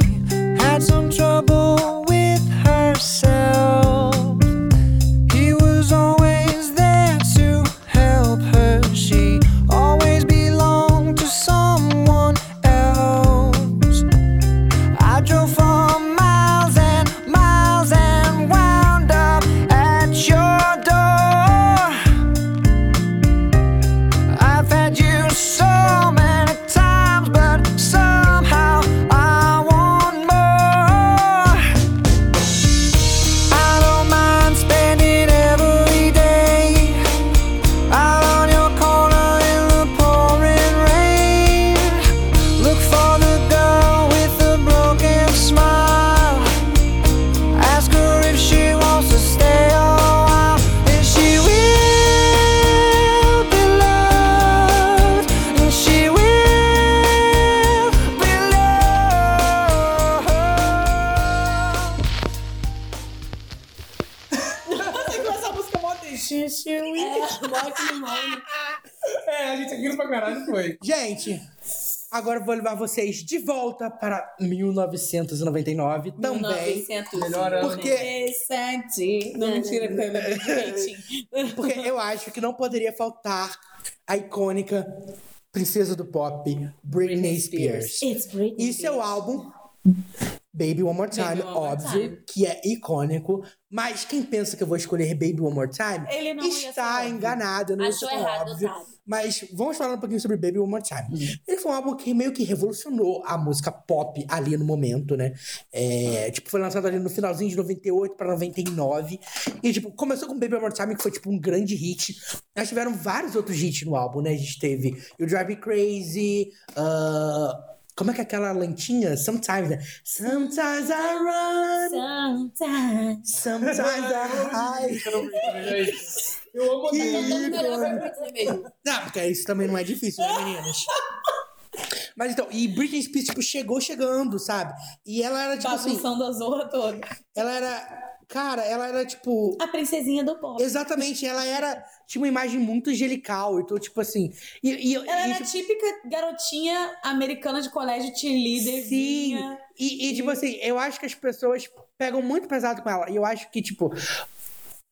J: had some trouble with herself. He was always there to help her, she always belonged to someone else. I drove for miles and miles and wound up at your door. I've had you so many times, but somehow I want more. I don't mind spending every day out on your corner in the pouring rain. Look for the girl with the broken smile. Ask her if she wants to stay a while. And she will be loved. And she will be loved.
E: Você com essa música mó triste.
D: É, a gente aqui pra caralho foi.
C: Gente, agora eu vou levar vocês de volta para 1999 também.
E: 900.
D: Melhor ano.
C: Porque,
E: Interessante. Não, mentira, porque eu lembro direitinho.
C: porque eu acho que não poderia faltar a icônica princesa do pop, Britney Spears.
B: It's Britney.
C: E seu álbum, Baby One More Time,
E: Baby One More
C: óbvio,
E: Time.
C: que é icônico. Mas quem pensa que eu vou escolher Baby One More Time
E: Ele não ia ser
C: está
E: óbvio.
C: enganado. Não
B: Achou
C: é tão
B: errado,
C: óbvio.
B: Otávio.
C: Mas vamos falar um pouquinho sobre Baby One More Time. Ele foi um álbum que meio que revolucionou a música pop ali no momento, né? É, tipo, foi lançado ali no finalzinho de 98 pra 99. E, tipo, começou com Baby One More Time, que foi, tipo, um grande hit. Nós tiveram vários outros hits no álbum, né? A gente teve You Drive Me Crazy, ah, como é que é aquela lentinha? Sometimes, né? Sometimes I run,
B: Sometimes.
C: sometimes I hide.
D: Eu amo
C: Que
D: a
B: Cantando
C: ícone.
B: melhor que a Britney mesmo.
C: Não, porque isso também não é difícil, né, meninas? Mas então, e Britney Spears, tipo, chegou chegando, sabe? E ela era, tipo assim,
E: Bagunção da zorra toda.
C: ela era. Cara, ela era, tipo.
E: A princesinha do pop.
C: Exatamente, ela era. Tinha uma imagem muito angelical. Então, tipo assim. E, e,
E: Ela
C: e,
E: era a
C: tipo,
E: típica garotinha americana de colégio, cheerleader.
C: Sim. E, e, tipo assim, eu acho que as pessoas pegam muito pesado com ela. E eu acho que, tipo,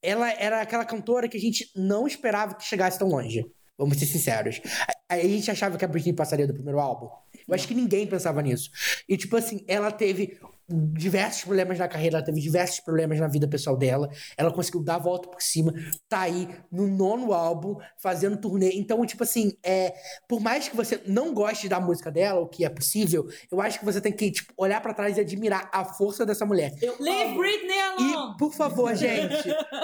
C: ela era aquela cantora que a gente não esperava que chegasse tão longe. Vamos ser sinceros. A, a gente achava que a Britney passaria do primeiro álbum. Eu acho que ninguém pensava nisso. E, tipo assim, ela teve diversos problemas na carreira, ela teve diversos problemas na vida pessoal dela. Ela conseguiu dar a volta por cima, tá aí no nono álbum, fazendo turnê. Então, tipo assim, é, por mais que você não goste da música dela, o que é possível, eu acho que você tem que tipo, olhar pra trás e admirar a força dessa mulher.
E: Leave Britney alone!
C: E, por favor, gente,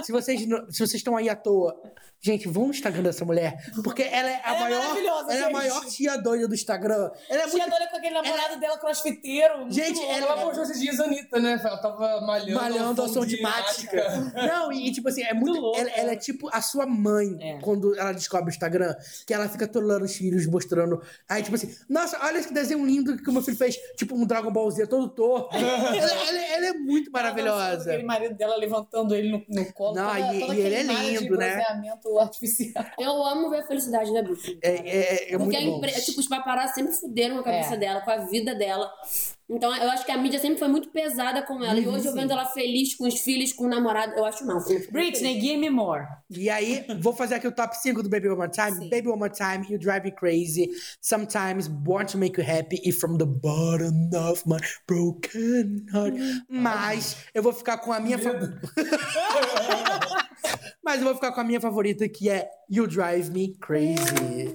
C: se vocês, não- se vocês estão aí à toa, gente, vão no Instagram dessa mulher, porque ela é a
E: Ela é
C: maior.
E: maravilhosa,
C: ela é a
E: gente.
C: maior tia doida do Instagram. Ela é
E: Tinha
C: muito.
E: doida com aquele namorado dela crossfiteiro.
C: Gente,
D: Ela é
C: ela
D: postou esses dias a Anitta, né? Ela tava malhando.
C: malhando ao som de mática. Não, e, e, tipo assim, é muito.
E: louco,
C: ela, ela é tipo a sua mãe
E: É.
C: quando ela descobre o Instagram, que ela fica trolando os filhos, mostrando. Aí, tipo assim, nossa, olha esse desenho lindo que o meu filho fez, tipo um Dragon Ball Z todo torto. ela, ela- ela é muito maravilhosa.
E: Aquele marido dela levantando ele no, no colo.
C: Não,
E: toda-
C: e-
E: toda
C: e ele é
E: aquela imagem
C: lindo,
E: de
C: né?
E: bronzeamento artificial.
B: Eu amo ver a felicidade da Britney.
C: É, é, é
B: Porque
C: muito
B: a
C: bom.
B: impre- tipo, os paparazzi sempre fuderam com a cabeça
E: É.
B: dela, com a vida dela. Então eu acho que a mídia sempre foi muito pesada com ela. e hoje eu vendo ela feliz com os filhos, com o namorado. Eu acho não. filho.
E: Britney, né? give me more.
C: E aí, vou fazer aqui o top 5 do Baby One More Time. Baby One More Time, You Drive Me Crazy. Sometimes, Born to Make You Happy. E From the Bottom of My
E: Hum.
C: Broken Heart. Mas, eu vou ficar com a minha... fa- Mas eu vou ficar com a minha favorita, que é You Drive Me Crazy.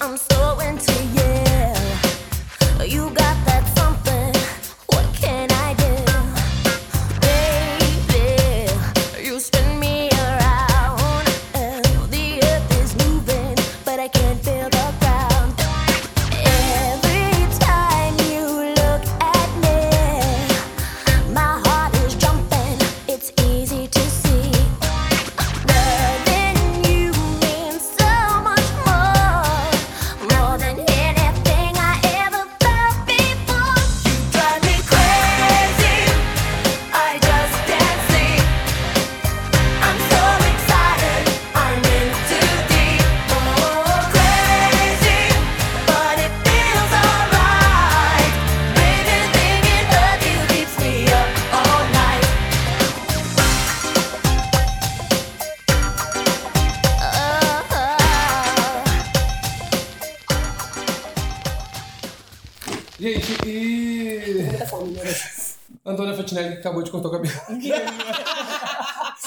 I: I'm so into you. You got that something. What can I do? Baby, you spin me around. And the earth is moving, but I can't feel the ground. Every time you look at me, my heart is jumping. It's easy to see. Loving you means so much more, more than anything I ever felt before. You drive me crazy. I just can't sleep. I'm so excited. I'm in too deep. Oh, crazy, but it feels alright. Baby, thinking of you keeps me up all night. Oh.
D: Gente, e.
E: né?
D: Antônia Fontinelli acabou de cortar o cabelo.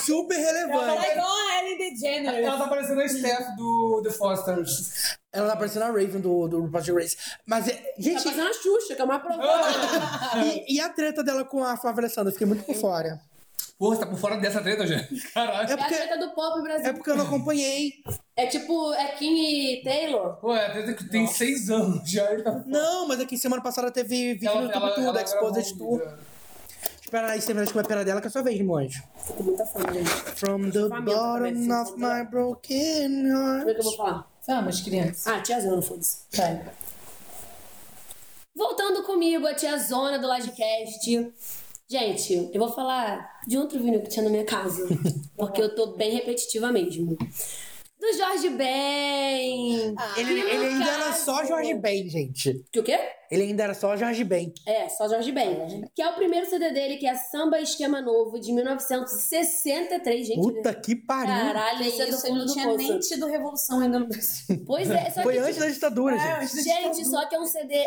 C: Super relevante.
E: Ela é igual a Ellen DeGeneres.
D: Ela tá parecendo a Steph do The Fosters.
C: Ela tá parecendo a Raven do, do RuPaul's Drag Race. Mas, é-
B: Tá
C: gente,
B: fazendo a Xuxa, que é uma prova.
C: e, e a treta dela com a Flávia Alessandra? Fiquei muito por fora.
D: Porra, você tá por fora dessa treta, gente. Caralho.
C: É
B: É a
C: porque,
B: treta do pop
C: é
B: brasileiro.
C: porque eu não acompanhei.
B: É tipo, é Kim e Taylor.
D: Pô, é a treta que tem seis anos já. Ele tá...
C: Não, mas aqui semana passada teve vídeo no YouTube tudo, Exposed
D: gravou um
C: tudo.
D: vídeo.
C: Espera aí, você vai comer a pera dela que é sua vez, meu anjo.
B: Tô com muita fome, gente.
C: From the
B: Faminta também,
C: bottom
B: sim,
C: of
B: faminta.
C: my broken
B: Como é que eu
C: heart.
B: vou falar?
E: Vamos, crianças.
B: Ah, tia Zona, foda-se.
E: Vai.
B: Voltando comigo, a tia Zona do Lodcast. Gente, eu vou falar de outro vinil que tinha na minha casa. porque eu tô bem repetitiva mesmo. Do Jorge Ben.
C: Ele, ele ainda era
B: caso.
C: só Jorge Ben, gente.
B: Que o quê?
C: Ele ainda era só Jorge Ben.
B: É, só Jorge Ben. Que é o primeiro CD dele, que é Samba Esquema Novo, de 1963, gente.
C: Puta que pariu.
B: Caralho, isso é do
E: Isso, ele
B: fundo
E: não
B: do
E: tinha nem
B: poço.
E: tido revolução ainda no Brasil.
B: Pois é, só
C: Foi
B: que,
C: antes da ditadura, gente.
B: Gente, só que é um CD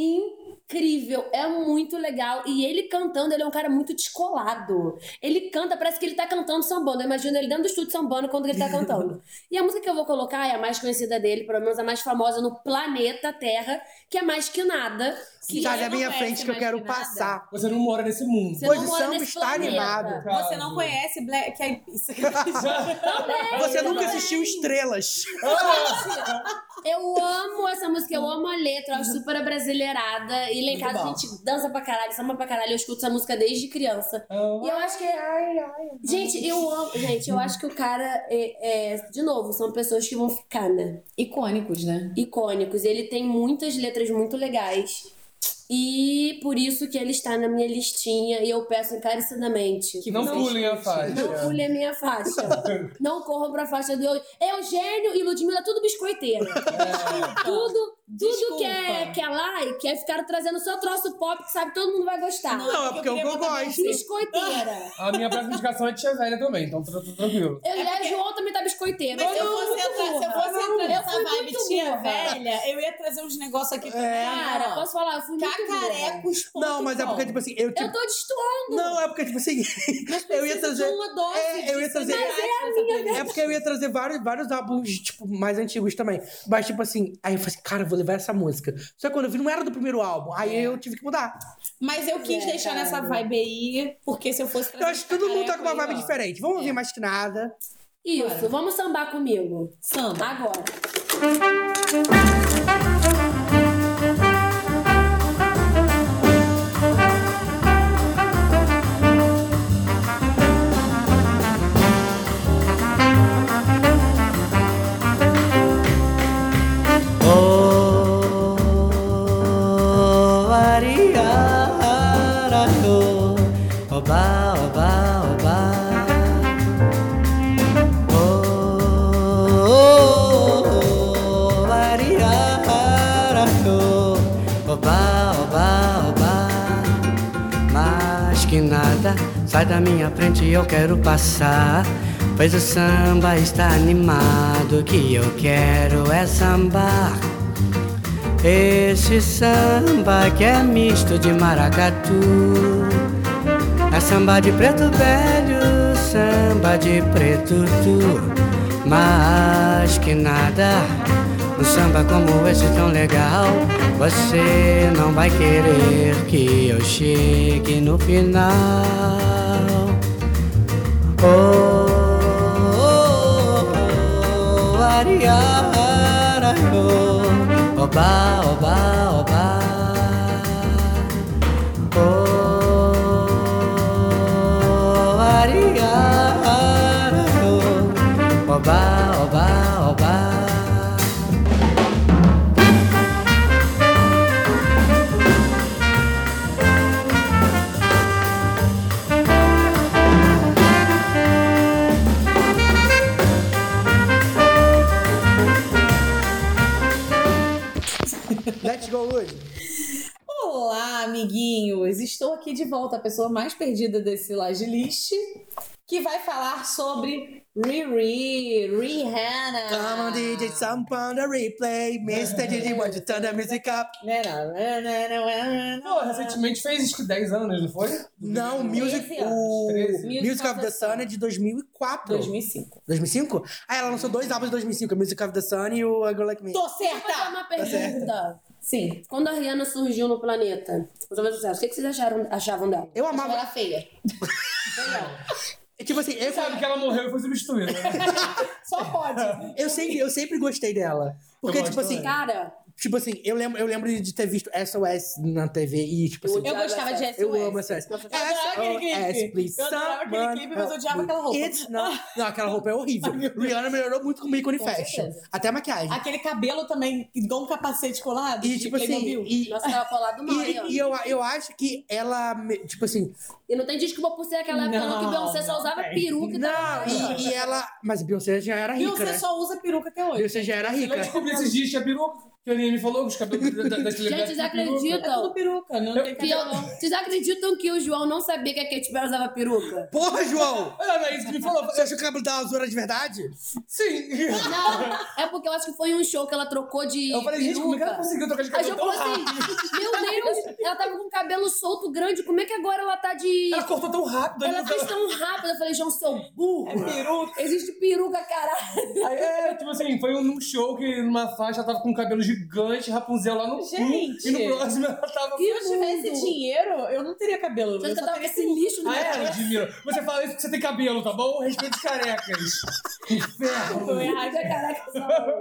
B: incrível, é muito legal. E ele cantando, ele é um cara muito descolado. Ele canta, parece que ele tá cantando sambando. Eu imagino ele dentro do estúdio sambando quando ele tá cantando. e a música que eu vou colocar é a mais conhecida dele, pelo menos a mais famosa no planeta Terra, que é Mais Que Nada. Que
C: Tá ali
E: você
C: à minha
E: não
C: frente
E: conhece
C: que eu
E: mais
C: quero
E: que nada.
C: passar.
D: Você não mora nesse mundo.
B: você
C: pois
B: não
C: o
B: mora
C: samba
B: nesse
C: está
B: planeta.
C: animado.
E: Você não conhece Black Eyed Peas.
B: Também,
C: Você nunca
B: também.
C: assistiu Estrelas.
B: Eu amo essa música, eu amo a letra, ela é super abrasileirada. E lá em casa a gente dança pra caralho, samba pra caralho. Eu escuto essa música desde criança.
D: Oh.
B: E eu acho que. é, Gente, eu amo. Gente, eu acho que o cara. É, é- de novo, são pessoas que vão ficar, né?
E: Icônicos, né?
B: Icônicos. Ele tem muitas letras muito legais. E por isso que ele está na minha listinha. E eu peço encarecidamente.
D: Não pulem a faixa.
B: Não pule a minha faixa. Não corram pra faixa do Eu- Eugênio e Ludmilla, tudo biscoiteiro.
C: É.
B: Tudo, tudo
E: Desculpa.
B: que é, que é like, é ficar trazendo só troço pop que sabe que todo mundo vai gostar.
C: Não, é porque eu,
E: queria botar
C: gosto.
B: Biscoiteira.
D: A minha próxima indicação é tia velha também, então tá tudo tranquilo.
B: Eu, e a João também tá biscoiteira.
E: É Mas se eu fosse
B: muito
E: entrar, se eu
B: burra.
E: fosse entrar
B: Eu fui
E: nessa vibe
B: muito
E: tia
B: burra.
E: velha, eu ia trazer uns negócios aqui pra
B: Cara, É, posso falar? Eu fui muito burra.
E: Cacarecos.
C: Não, mas é porque, tipo assim, eu
B: Eu
C: tipo.
B: tô destoando.
C: Não, é porque, tipo assim. Eu ia trazer.
E: de uma dose
C: É, eu ia
E: de
C: trazer-
E: sinais
C: Mas
E: nessa playlist.
C: É porque eu ia trazer vários, vários álbuns, tipo, mais antigos também. Mas, tipo assim, aí eu falei assim, cara, eu vou levar essa música. Só que quando eu vi, não era do primeiro álbum. Aí eu tive que mudar.
E: É.
C: É,
E: Mas eu quis deixar nessa vibe aí, porque se eu fosse trazer
C: Eu acho que todo mundo tá com uma vibe diferente. Vamos ouvir mais que nada.
B: Isso, vamos sambar comigo.
E: Samba.
B: Agora.
I: Baby,
M: oba, oba. Oh, oh, oh, oh, ariara, oh. Oba, oba, oba. Mas que nada, sai da minha frente, eu quero passar. Pois o samba está animado, o que eu quero é sambar. Esse samba que é misto de maracatu. É samba de preto velho, samba de preto tu. Mas que nada, um samba como esse tão legal. Você não vai querer que eu chegue no final. Oh, oh, oh, ariara, oh, oba, oba, oba. Oh, ariara, oh, oba, oba, oba.
C: Let's go, Luz.
E: Olá, amiguinhos! Estou aqui de volta, a pessoa mais perdida desse Laje List, que vai falar sobre Riri, Rihanna.
C: Come on, DJ, someone to replay. Mr. DJ, want you turn the music up?
D: Pô, recentemente fez acho que 10 anos, não foi?
C: Não, Music,
E: Treze
C: o
D: Treze.
C: music of the Sun é de 2004.
E: 2005.
C: 2005? Ah, ela lançou dois álbuns em 2005, a Music of the Sun e o A Girl Like Me.
E: Tô
B: Tá
E: certa!
B: uma pergunta.
E: Sim.
B: Quando a Rihanna surgiu no planeta, os homens do céu, o que que vocês acharam, achavam dela?
C: Eu
B: Achava
C: amava.
B: ela feia.
C: É Tipo assim, eu,
D: Sabe que ela morreu e foi substituída. né?
E: Só pode.
C: eu, sempre, eu sempre gostei dela. Porque,
D: Eu
C: tipo
D: gosto
C: assim,
B: Cara,
C: tipo assim, eu lembro, eu lembro de ter visto SOS na TV e, tipo assim,
E: Eu gostava de SOS.
C: eu amo SOS. SOS,
E: Eu adorava
C: é Oh,
E: aquele clipe.
C: please.
E: Eu adorava aquele
C: someone
E: clipe, mas eu
C: help
E: odiava
C: me.
E: aquela roupa.
C: It's not... Não, aquela roupa é horrível. Rihanna melhorou muito com ícone fashion.
E: certeza.
C: Até a maquiagem.
E: Aquele cabelo também, igual um capacete colado.
C: E,
E: de
C: tipo assim,
E: Playmobil.
C: e,
B: nossa, tava colado mal, hein, ó.
C: e, e eu, eu acho que ela, me- tipo assim,
B: E não tem desculpa por ser aquela época não, que
E: Não,
B: Beyoncé só
E: não
B: usava
E: tem.
B: peruca e
C: Não,
B: tal.
C: e, e ela. Mas Beyoncé já era rica,
E: Beyoncé
C: né?
E: só usa peruca até hoje.
C: Beyoncé já era
D: Eu
C: rica.
D: descobri esses dias que a peruca, que a Eliane falou, que os cabelos da- da- das
B: Gente,
D: celebridades.
B: vocês
D: têm peruca.
E: É tudo
B: acreditam?
E: peruca, não tem
B: Que
E: cabelo.
B: eu, vocês acreditam que o João não sabia que a Kate Perry usava peruca?
C: Porra, João!
D: Ah, não, é isso que me falou.
C: Você acha que o cabelo da Azura de verdade?
D: Sim.
B: Não, é porque eu acho que foi um show que ela trocou de
D: Eu falei, gente, como é que ela
B: peruca.
D: conseguiu trocar de
B: Aí eu
D: cabelo tão
B: falou assim,
D: rápido?
B: meu Deus, ela tava com o cabelo solto grande, como é que agora ela tá de...
D: Ela cortou tão rápido. aí
B: Ela
D: não-
B: fez tão rápido, eu falei, João, seu burro.
D: É peruca.
B: Existe peruca, caralho.
D: Aí, é, tipo assim, foi num show que numa faixa ela tava com um cabelo gigante, Rapunzel lá no
E: Gente.
D: cu. E no próximo é ela tava...
E: Se eu tivesse dinheiro, eu não teria cabelo.
B: Você
E: Eu só
B: tava com
E: teria
B: esse lixo no
D: Ah,
B: meu
D: é,
B: cabelo.
D: Ludmilla. Você fala isso porque você tem cabelo, tá bom? Respeito os carecas.
E: Tô errada,
B: Caraca, só-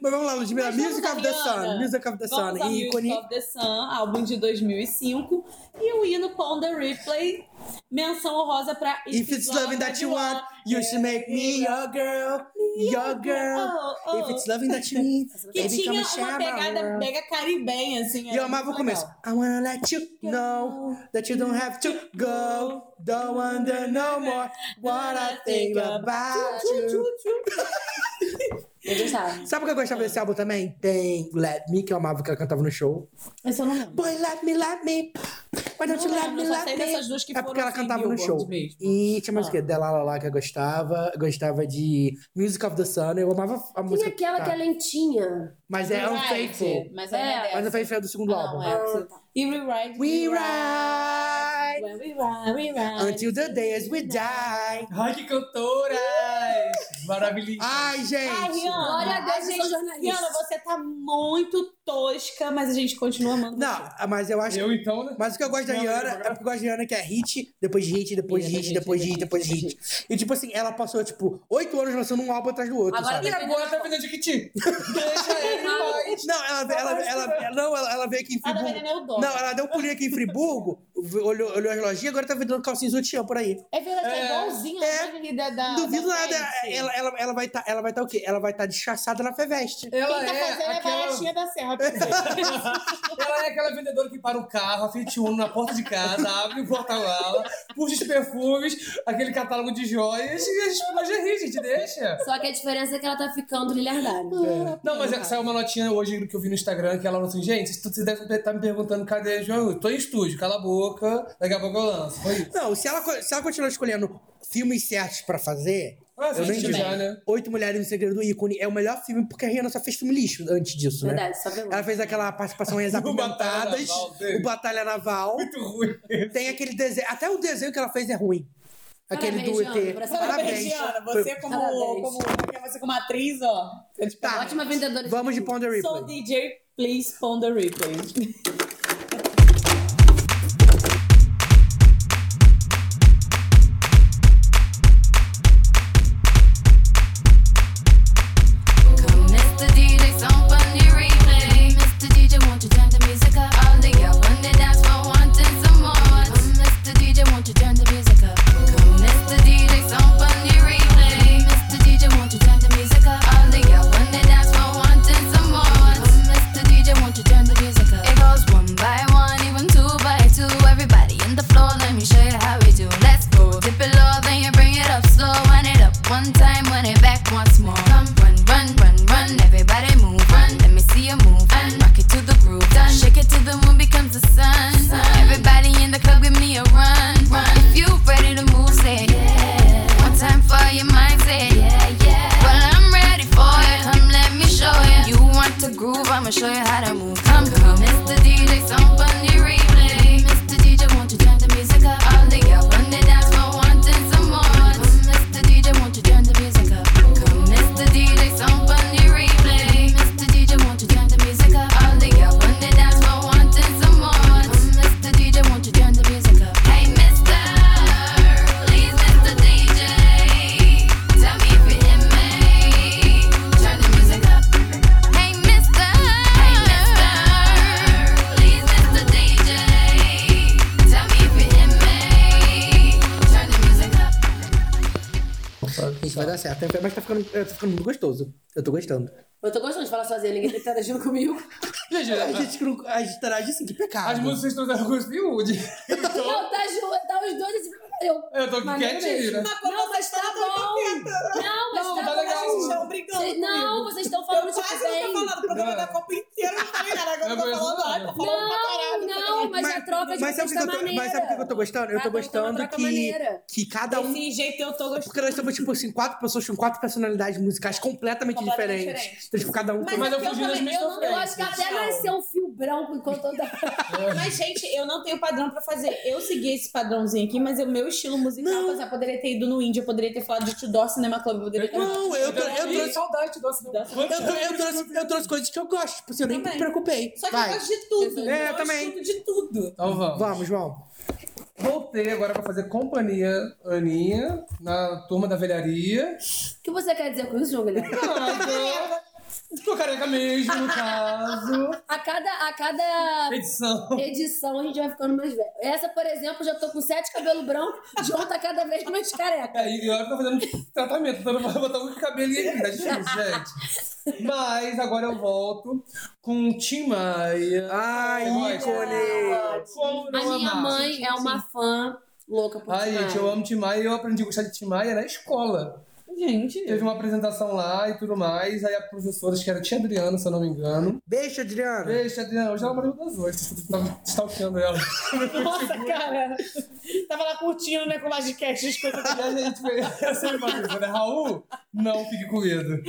C: Mas vamos lá, Ludmilla.
E: Mas vamos
C: Music
E: à
C: of the
E: Rihanna.
C: Sun. Music of the Sun.
E: Vamos ao Music
C: Ícone.
E: of the Sun, álbum de 2005. E o hino Pound the Replay, menção honrosa pra
C: If it's loving that you want, you should make me your girl. Your girl.
E: Oh, oh.
C: If it's loving that you need,
E: Que
C: baby, come
E: tinha
C: and share
E: uma
C: my
E: pegada
C: world.
E: mega caribenha, assim.
C: E eu amava o começo. I wanna let you know that you don't have to go. Don't wonder no more what I think about you.
B: Eu gostava.
C: Sabe o que eu gostava desse álbum também? Tem Let Me, que eu amava que ela cantava no show.
E: Essa eu não lembro.
C: Boy, let me, let me. Why don't you
E: Não
C: let
E: lembro,
C: me,
E: só
C: let
E: sei
C: me?
E: dessas duas que
C: é porque
E: foram
C: ela
E: assim,
C: cantava no
E: Billboard
C: show.
E: mesmo.
C: E tinha mais
E: Ah.
C: o quê? Dela lá que eu gostava. Gostava de Music of the Sun. Eu amava a música. tá.
B: Tinha aquela que é lentinha.
C: Mas é Unfaithful.
E: Mas é,
C: Mas Unfaithful é do segundo
E: Ah,
C: álbum.
E: não, é. tá. E Rewrite.
C: We ride
E: When we ride, we ride.
C: until the day as we die.
D: Ai, que cantoras! Maravilhosa.
C: Ai, gente.
E: Ai, Rihanna,
B: Glória a Deus, eu sou
E: gente,
B: jornalista.
E: Rihanna, você tá muito tosca, mas a gente continua amando. você.
C: Não, mas eu acho que.
D: Eu então, né?
C: Mas o que eu gosto da
D: Não,
C: Rihanna
D: não, não.
C: é porque eu gosto da Rihanna que é hit, depois de hit, depois de
E: Hit,
C: hit, depois de hit, depois de hit. E tipo assim, ela passou, tipo, oito anos lançando um álbum atrás do outro,
B: Agora
C: sabe?
D: E agora tá vendendo Jiquiti. Deixa ele em paz.
C: Não, ela, ela, ela, ela- não, ela, ela veio aqui em
E: Ah, na
C: Friburgo.
E: verdade, é o dó.
C: Não, ela deu um pulinho aqui em Friburgo, olhou, olhou as lojinhas e agora tá vendendo calcinha sutiã por aí.
E: É verdade, é,
C: É,
E: igualzinho
C: é.
E: a menina da.
C: Duvido
E: da
C: nada.
E: Fenty.
C: Ela, ela, ela vai estar ela vai tá o quê? Ela vai estar disfarçada na Feveste.
D: Ela
E: Quem tá
D: é
E: fazendo é a
D: aquela...
E: baratinha da Serra. pra você.
D: Ela é aquela vendedora que para o carro, a Fiat Uno na porta de casa, abre o porta-mala, puxa os perfumes, aquele catálogo de joias e as lingerie, gente, deixa.
B: Só que a diferença é que ela tá ficando lilhardária.
D: Não, mas é, saiu uma notinha hoje que eu vi no Instagram que ela falou assim: gente, vocês devem estar me perguntando cadê João? Eu tô em estúdio, cala a boca, daqui a pouco eu lanço. Foi isso.
C: Não, se ela, co- se ela continuar escolhendo filmes certos pra fazer.
D: Ah,
C: eu nem
D: gente,
C: digo.
D: já, né?
C: Oito Mulheres no Segredo do Ícone é o melhor filme, porque a Rihanna só fez filme lixo antes disso, né?
B: Verdade, só pelo.
C: Ela fez aquela participação em As
D: No Batalha
C: Apimentadas,
D: Naval dele.
C: o Batalha Naval.
D: Muito ruim.
C: Tem aquele desenho. Até o desenho que ela fez é ruim. Aquele
B: Parabéns,
C: do ET.
B: Diana,
E: Parabéns, Diana. Você como,
B: Parabéns.
E: como, você é como atriz, ó. Eu te
C: Tá.
B: Ótima vendedora.
C: Vamos de Ponder
E: Sou
C: Ripley.
E: DJ, please pound the replay.
N: Mr. DJ, some funny replay. Mr. DJ, won't you turn the music up? All the young women dance for wanting some more. Come, Mr. DJ, won't you turn the music up? Come, Mr. DJ, some funny replay. Mr. DJ, won't you turn the music up? All the young women dance for wanting some more. Come, Mr. DJ, won't you turn the music up? It goes one by one, even two by two. Everybody in the floor, let me show you how we do. Let's go. Dip it low, then you bring it up slow. Run it up one time, run it back once more. Come, run, run, run, run. Everybody move, run. Let me see you move. Run. Rock it to the groove. Done. Shake it till the moon becomes the sun. Everybody in the club, give me a run. Run. If you ready to move, say yeah. One time for your mind, say yeah, yeah. Well, I'm ready for it. Come, let me show you. You want to groove? I'ma show you how to move. Come, come, Mr. DJ, some funny replay. Mr. DJ, won't you turn the music up? All the girls wanna dance for wanting some more. Come, Mr. DJ, won't you turn the music up? Come, Mr. DJ, some funny replay. Mr. DJ, won't you turn the music up? All the girls wanna dance for wanting some more. Come, Mr. DJ, won't you turn the music up? Hey, Mister, please, Mr. DJ, tell me if you hear me. Turn the music up. Hey, Mister, hey, Mister, please, Mr. DJ, tell me if you hear me. Turn the music up.
C: Isso vai dar certo. Mas tá ficando, é, tá ficando muito gostoso. Eu tô gostando.
B: Eu tô gostando de falar sozinha, ninguém tá interagindo comigo.
D: Gente, é-
C: A gente, não- a gente interage assim, que pecado.
D: as músicas trouxeram com esse miúde.
B: Não, tá, ju- tá os dois assim. Eu,
D: Então- Eu tô aqui
B: Maneiro
D: quietinho, né?
B: Não, mas tá bom. Não, mas
D: Não,
B: tá
D: tá
B: bom.
D: legal.
B: Vocês
D: Estão
E: brigando
B: Vocês- Não, vocês estão falando de bem.
E: falando. O programa da Copa inteira não falei nada. Agora
D: Eu tô falando, ai, tô
B: Não, não, mas, a troca de
C: mas sabe o que
B: tá
C: eu tô-
B: maneira.
C: Mas sabe o que eu tô gostando? Eu
B: Cada
C: tô
B: um tem uma
C: gostando
B: troca
C: que,
B: maneira.
C: que cada um.
E: Desse jeito eu tô gostando.
C: Porque nós somos, tipo assim, quatro pessoas com quatro personalidades musicais completamente,
E: Completamente
C: diferentes.
E: diferentes.
C: Então, tipo, cada um tem-
D: Mas eu
E: é que
D: fugi das
E: também-
D: minhas
E: eu não-
B: Eu acho que até
E: Tchau.
B: nasceu um fio branco enquanto eu tava.
E: Mas, gente, eu não tenho padrão pra fazer. Eu segui esse padrãozinho aqui, mas o meu estilo musical, por exemplo, eu poderia ter ido no indie, eu poderia ter falado de Tudor Cinema Club, eu poderia ter
C: Não, eu, tô- eu,
D: Eu
C: trouxe,
D: é saudade do nosso
C: eu, trou- eu, trouxe, eu trouxe coisas que eu gosto. Tipo assim, eu nem
E: Também.
C: me preocupei.
E: Só que
C: Vai.
E: eu gosto de tudo.
C: É, eu
E: gosto
C: também.
E: De tudo.
D: Então vamos.
C: Vamos, João.
D: Voltei agora pra fazer companhia Aninha na turma da velharia.
B: O que você quer dizer com isso, João Guilherme?
D: Nada. Tô careca mesmo, no caso.
B: A cada, a cada
D: Edição.
B: edição a gente vai ficando mais velho. Essa, por exemplo, já tô com sete cabelos brancos, João tá cada vez mais careca.
D: É, e olha que eu tô fazendo tratamento, então eu não vou botar um cabelinho aqui, tá difícil, gente. Mas agora eu volto com Tim Maia.
C: Ai,
D: Eu gosto.
C: ícone!
D: Como
B: A
D: não
B: minha
D: amar?
B: mãe é uma fã louca por
D: Ai,
B: Timaya.
D: gente, eu amo Tim Maia e eu aprendi a gostar de Tim Maia na escola.
E: Gente.
D: Teve uma apresentação lá e tudo mais. Aí a professora, acho que era a tia Adriana, se eu não me engano.
C: Beijo, Adriana.
D: Beijo, tia Adriana. Hoje ela morreu das oito. Você tava stalkeando ela.
E: Nossa, cara. Tava lá curtindo, né, com o Magicast, as coisas.
D: E a gente fez- eu sempre uma coisa, né? Raul, não fique com medo.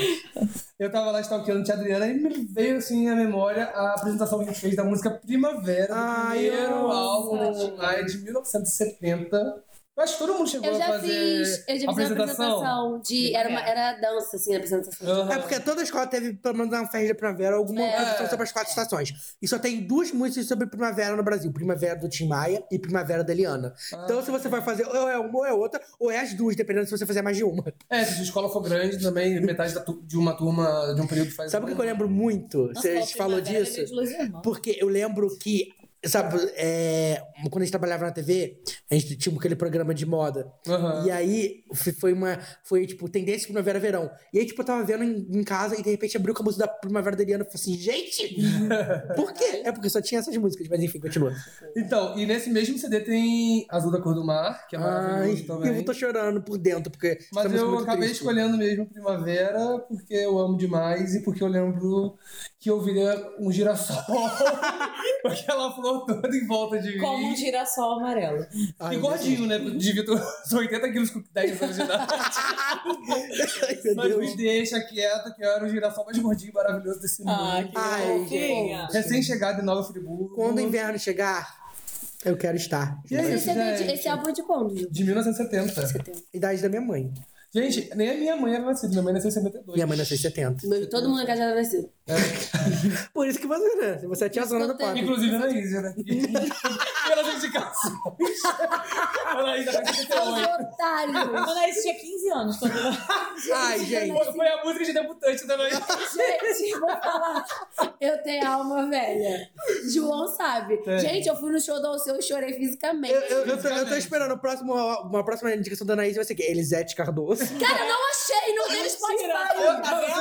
D: Eu tava lá stalkeando a tia Adriana e me veio assim à memória a apresentação que a gente fez da música Primavera, do
C: Ai,
D: primeiro
C: nossa.
D: álbum da Tim Maia de 1970. Eu acho que todo mundo chegou
B: Eu
D: a
B: já
D: fazer
B: fiz, eu já fiz uma apresentação de. Era, uma, era dança, assim, a apresentação.
D: Aham.
C: É porque toda escola teve, pelo menos, uma festa de primavera, alguma
B: É.
C: apresentação sobre as quatro estações. E só tem duas músicas sobre primavera no Brasil: Primavera do Tim Maia e Primavera da Eliana. Então, se você vai fazer, ou é uma ou é outra, ou é as duas, dependendo se você fizer mais de uma.
D: É, se a escola for grande também, metade da tu- de uma turma, de um período faz.
E: é
C: Sabe o que eu É, lembro muito? Você falou disso? Porque eu lembro que Sabe, é, quando a gente trabalhava na TV, a gente tinha aquele programa de moda.
D: Aham.
C: E aí f- foi uma. Foi, tipo, tendência primavera verão. E aí, tipo, eu tava vendo em, em casa e de repente abriu com a música da primavera da Eliana e falei assim, gente! Por quê? É porque só tinha essas músicas, mas enfim, continua.
D: Então, e nesse mesmo CD tem Azul da Cor do Mar, que é maravilhoso
C: Ai,
D: também.
C: eu tô chorando por dentro, porque. essa
D: Mas
C: música é
D: eu
C: muito
D: acabei
C: triste.
D: escolhendo mesmo Primavera porque eu amo demais e porque eu lembro que eu viria um girassol com aquela flor toda em volta de mim.
E: Como um girassol amarelo.
C: Ai,
D: E gordinho, né? Devia ter uns 80 quilos com 10 anos de idade.
C: Ai, meu
D: Mas
C: Deus.
D: me deixa quieto que eu era o girassol mais gordinho e maravilhoso desse mundo.
E: Ah, que
C: Ai,
E: fofinha.
D: Recém-chegado em Nova Friburgo.
C: Quando o inverno chegar, eu quero estar.
D: E é isso,
B: Esse, é de-
D: gente.
B: esse álbum é de quando, Ju?
D: De 1970.
C: Idade da minha mãe.
D: Gente, nem a minha mãe era nascida. Minha mãe nasceu em 72.
C: Minha mãe nasceu em 70.
B: Meu, Todo mundo que já era nascido.
C: Por isso que você, né? Você é a tia zona do pop.
D: Inclusive na Isa, né? Pelas indicações. Ela ainda vai ser
B: Seu otário!
E: Quando a Alice tinha 15 anos, quando eu
C: Ai, gente.
D: Foi a música de debutante da Anaís.
B: Gente, vou falar. Eu tenho alma velha. João sabe.
D: Tem.
B: Gente, eu fui no show do Alceu e chorei fisicamente.
C: Eu, eu, eu tô, eu tô esperando o próximo, uma próxima indicação da Anaís vai ser que Elisete Cardoso.
B: Cara, eu não achei, não tem no Spotify.
D: Eu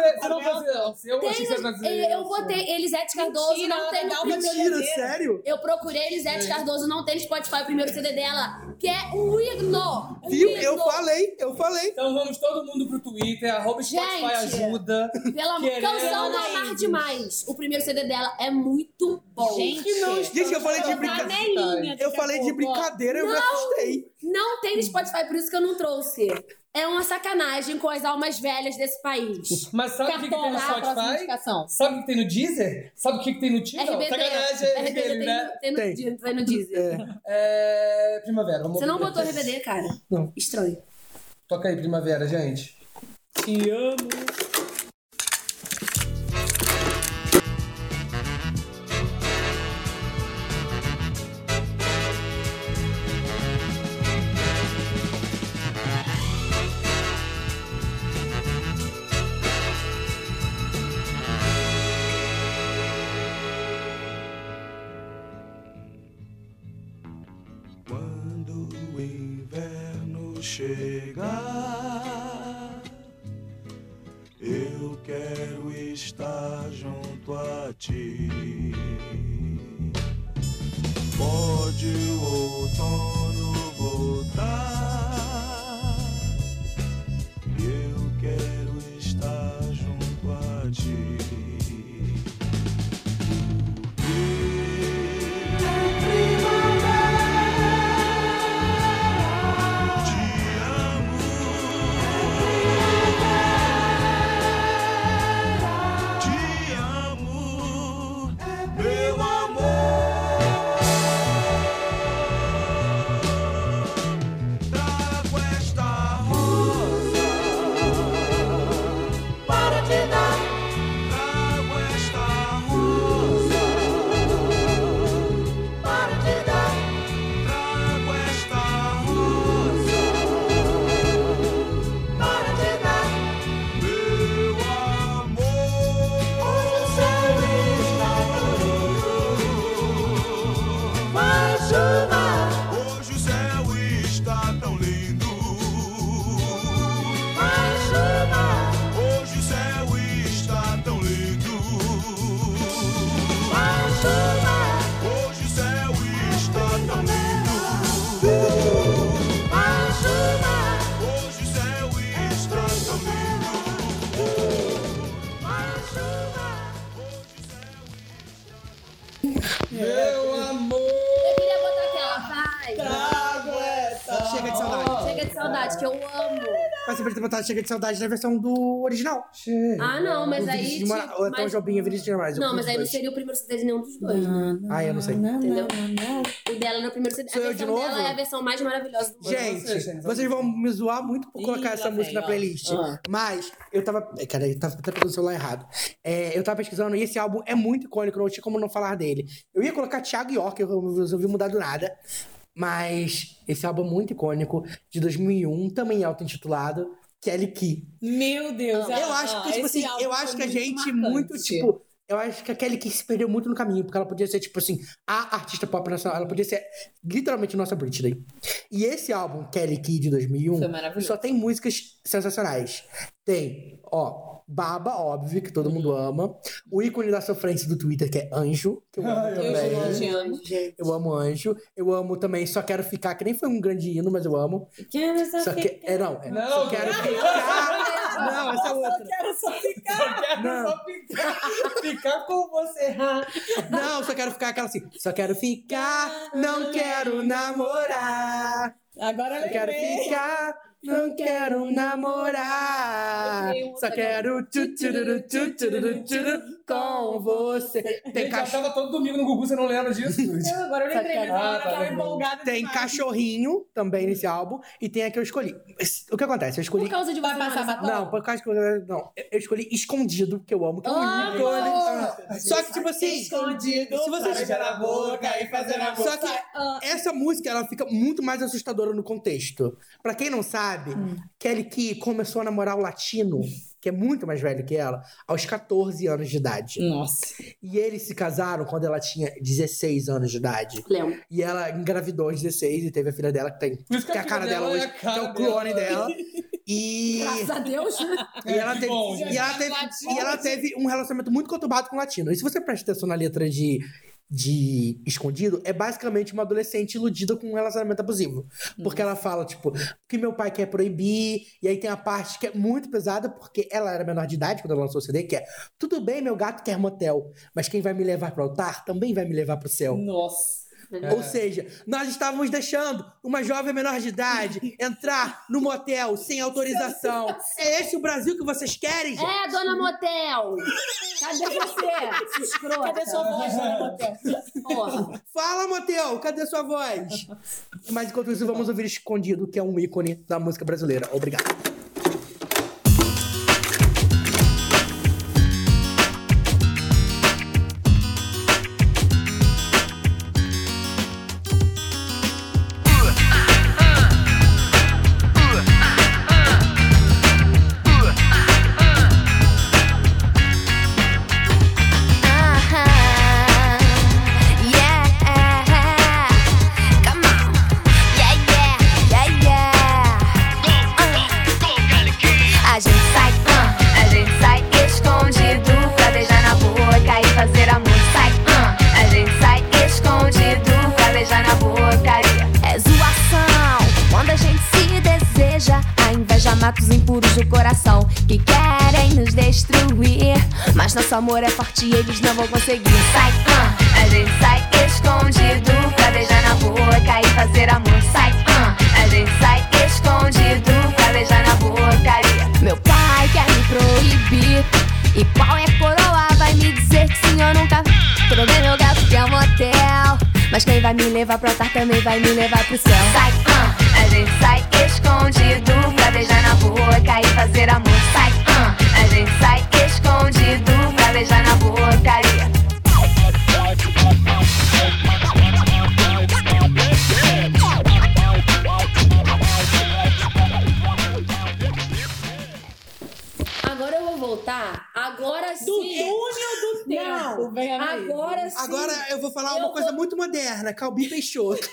D: você- você não fazia não. Eu achei que você
B: Tem,
D: fazia.
B: eu, eu botei Elisete Cardoso,
E: Mentira,
B: não tem
E: dá
B: no
E: uma
C: Mentira, sério?
B: Eu procurei Elisete
D: É.
B: Cardoso, não tem no Spotify o primeiro CD dela, que é um hino. Um
C: Viu?
B: hino.
C: Eu falei, eu falei.
D: Então vamos todo mundo pro Twitter, arroba Spotify
B: Gente.
D: ajuda.
B: Pela
D: Queremos.
B: canção do Amar Demais. O primeiro CD dela é muito bom.
E: Gente,
C: Gente, eu falei
B: tá
C: de brincadeira.
E: canelinha.
C: Eu falei de brincadeira, eu me assustei.
B: Não tem no Spotify, por isso que eu não trouxe. É uma sacanagem com as almas velhas desse país.
D: Mas sabe o que, que tem no
B: Cartola, a próxima
D: Spotify?
B: indicação.
D: Sabe o que tem no Deezer? Sabe o que, que tem no Tidal?
B: RBD.
D: Sacanagem,
B: RBD tem,
D: né?
B: no- tem, no,
C: Tem.
B: Deezer, tem no Deezer.
D: É... Primavera, vamos
B: Você não
D: ouvir.
B: botou RBD, cara?
C: Não.
B: Estranho.
D: Toca aí, Primavera, gente. Te amo.
J: Quando o inverno chegar, eu quero estar junto a ti. Pode o outono voltar, eu quero estar junto a ti. Te amo, meu amor. Trago esta rosa para te dar. Trago esta rosa para te dar. Trago esta rosa para te dar. Meu amor, hoje o céu está lindo. Vai chuva, hoje o céu está tão lindo. Vai chuva, hoje o céu está tão lindo. Vai chuva, hoje o céu está tão lindo. Vai chuva, hoje o céu está tão lindo. Vai chuva, hoje o céu
D: Meu amor.
B: Eu queria botar aquela, vai.
C: Tá, Chega de saudade.
B: Tá, Chega de saudade, que eu amo.
C: Mas você pode ter botado Chega de Saudade na versão do original.
B: Ah, não, mas
C: Do Vinícius
B: aí...
C: de Moraes,
B: tipo,
C: Ou é até o
B: mas-
C: Jobinha Vinícius de Moraes.
B: Não, mas aí não
C: não
B: seria o primeiro CD de nenhum dos dois, né?
C: Ah, eu não sei.
B: entendeu? O dela era o primeiro CD. A
C: Sou eu
B: versão
C: de novo?
B: dela é a versão mais maravilhosa do
E: é
B: mundo.
D: você,
C: Gente,
D: Gênesis?
C: vocês vão me zoar muito por colocar
E: Ih,
C: essa
E: lá
C: música
E: vem,
C: na
E: ó.
C: playlist.
E: Ah.
C: Mas eu tava. é, Cara, eu tava até pegando o celular errado. É, eu tava pesquisando e esse álbum é muito icônico, não tinha como não falar dele. Eu ia colocar Thiago York, eu resolvi mudar do nada. Mas esse álbum é muito icônico, de 2001, também auto-intitulado, Kelly Key.
E: Meu Deus. Ah,
C: assim, Eu acho que, tipo assim, eu acho que a gente muito, tipo. eu acho que a Kelly Key se perdeu muito no caminho, porque ela podia ser, tipo assim, a artista pop nacional. Ela podia ser literalmente nossa Britney. E esse álbum, Kelly Key de 2001,
J: Foi maravilhoso.
C: só tem músicas sensacionais. Tem, ó, Baba, óbvio, que todo mundo ama. O ícone da sofrência do Twitter, que é Anjo, que eu amo
D: Ai, eu
C: também.
J: amo Anjo. Gente.
B: gente.
C: Eu amo Anjo. Eu amo também Só Quero Ficar, que nem foi um grande hino, mas eu amo. Só que... É, não, é,
D: Não,
C: Só Quero Ficar... Não, essa outra.
J: Quero só ficar.
D: Só quero
C: Não.
D: só ficar, ficar com você.
C: Não, só quero ficar aquela assim. Só quero ficar, não quero namorar.
J: Agora
C: Só
J: eu
C: quero
J: lembrei.
C: ficar, não quero namorar. Só quero tu, tururu, tu, tururu, tururu, com você.
D: Gente,
C: Tem,
D: eu
C: cachorro,
D: tava todo domingo no Gugu, você não lembra disso? gente?
J: Eu agora eu lembrei, mas
D: Ah,
J: na hora eu
D: tá
J: tava
D: bom.
J: empolgada.
C: tem
J: demais.
C: cachorrinho também nesse álbum. E tem a que eu escolhi. O que acontece? Eu escolhi.
B: Por causa de
J: Vai passar
B: Barcelona,
J: batom?
C: Não, por causa que eu, não, eu escolhi escondido, porque eu amo. Que é o
B: Amo!
C: único. Ah, Só que, tipo assim.
D: Escondido,
C: Se você-
D: para beijar a boca e fazer amor.
C: Só que ah, essa música ela fica muito mais assustadora no contexto. Pra quem não sabe, Kelly Key começou a namorar o latino, que é muito mais velho que ela, aos 14 anos de idade.
J: Nossa.
C: E eles se casaram quando ela tinha 16 anos de idade.
B: Lembro.
C: E ela engravidou aos 16 e teve a filha dela que tem
D: Por isso
C: que é a cara dela hoje,
D: é a
C: que é
D: cara
C: o clone dela. E
B: Graças a Deus.
F: É,
C: e ela,
D: Que
C: teve,
D: bom,
C: e, ela teve, e ela teve um relacionamento muito conturbado com o latino. E se você presta atenção na letra de, de Escondido, é basicamente uma adolescente iludida com um relacionamento abusivo. Porque ela fala, tipo, que meu pai quer proibir. E aí tem a parte que é muito pesada, porque ela era menor de idade quando ela lançou o CD, que é tudo bem, meu gato quer motel, mas quem vai me levar pro altar também vai me levar pro céu.
J: Nossa.
B: É.
C: Ou seja, nós estávamos deixando uma jovem menor de idade entrar no motel sem autorização. É esse o Brasil que vocês querem, gente?
B: É, dona Motel. Cadê você? sua Escrota. Cadê sua voz, dona Motel? Porra.
C: Fala, motel, cadê sua voz? Mas enquanto isso, vamos ouvir Escondido, que é um ícone da música brasileira. Obrigado.
O: Uh-huh. Uh. A gente sai, ah, a gente sai escondido pra beijar na boca e fazer amor. Sai, ah, a gente sai escondido pra beijar na boca e é zoação. Quando a gente se deseja, a inveja mata os impuros do coração que querem nos destruir. Mas nosso amor é forte e eles não vão conseguir. Sai, ah, a gente sai escondido pra beijar na boca e fazer amor. Sai, ah, a gente sai escondido pra beijar na porcaria. Meu pai quer me proibir. E pau é coroa, vai me dizer que sim, eu nunca. Tudo bem, meu gato que é um motel. Mas quem vai me levar pro altar também vai me levar pro céu. Sai, ah, a gente sai escondido pra beijar na boca e fazer amor. Sai, ah, a gente sai escondido pra beijar na porcaria.
B: Agora eu vou voltar. Agora sim.
J: Do túnel do tempo.
B: Não,
J: Vem amigo.
B: agora sim.
C: Agora eu vou falar
B: Eu
C: uma coisa
B: vou-
C: muito moderna, Calbi Peixoto.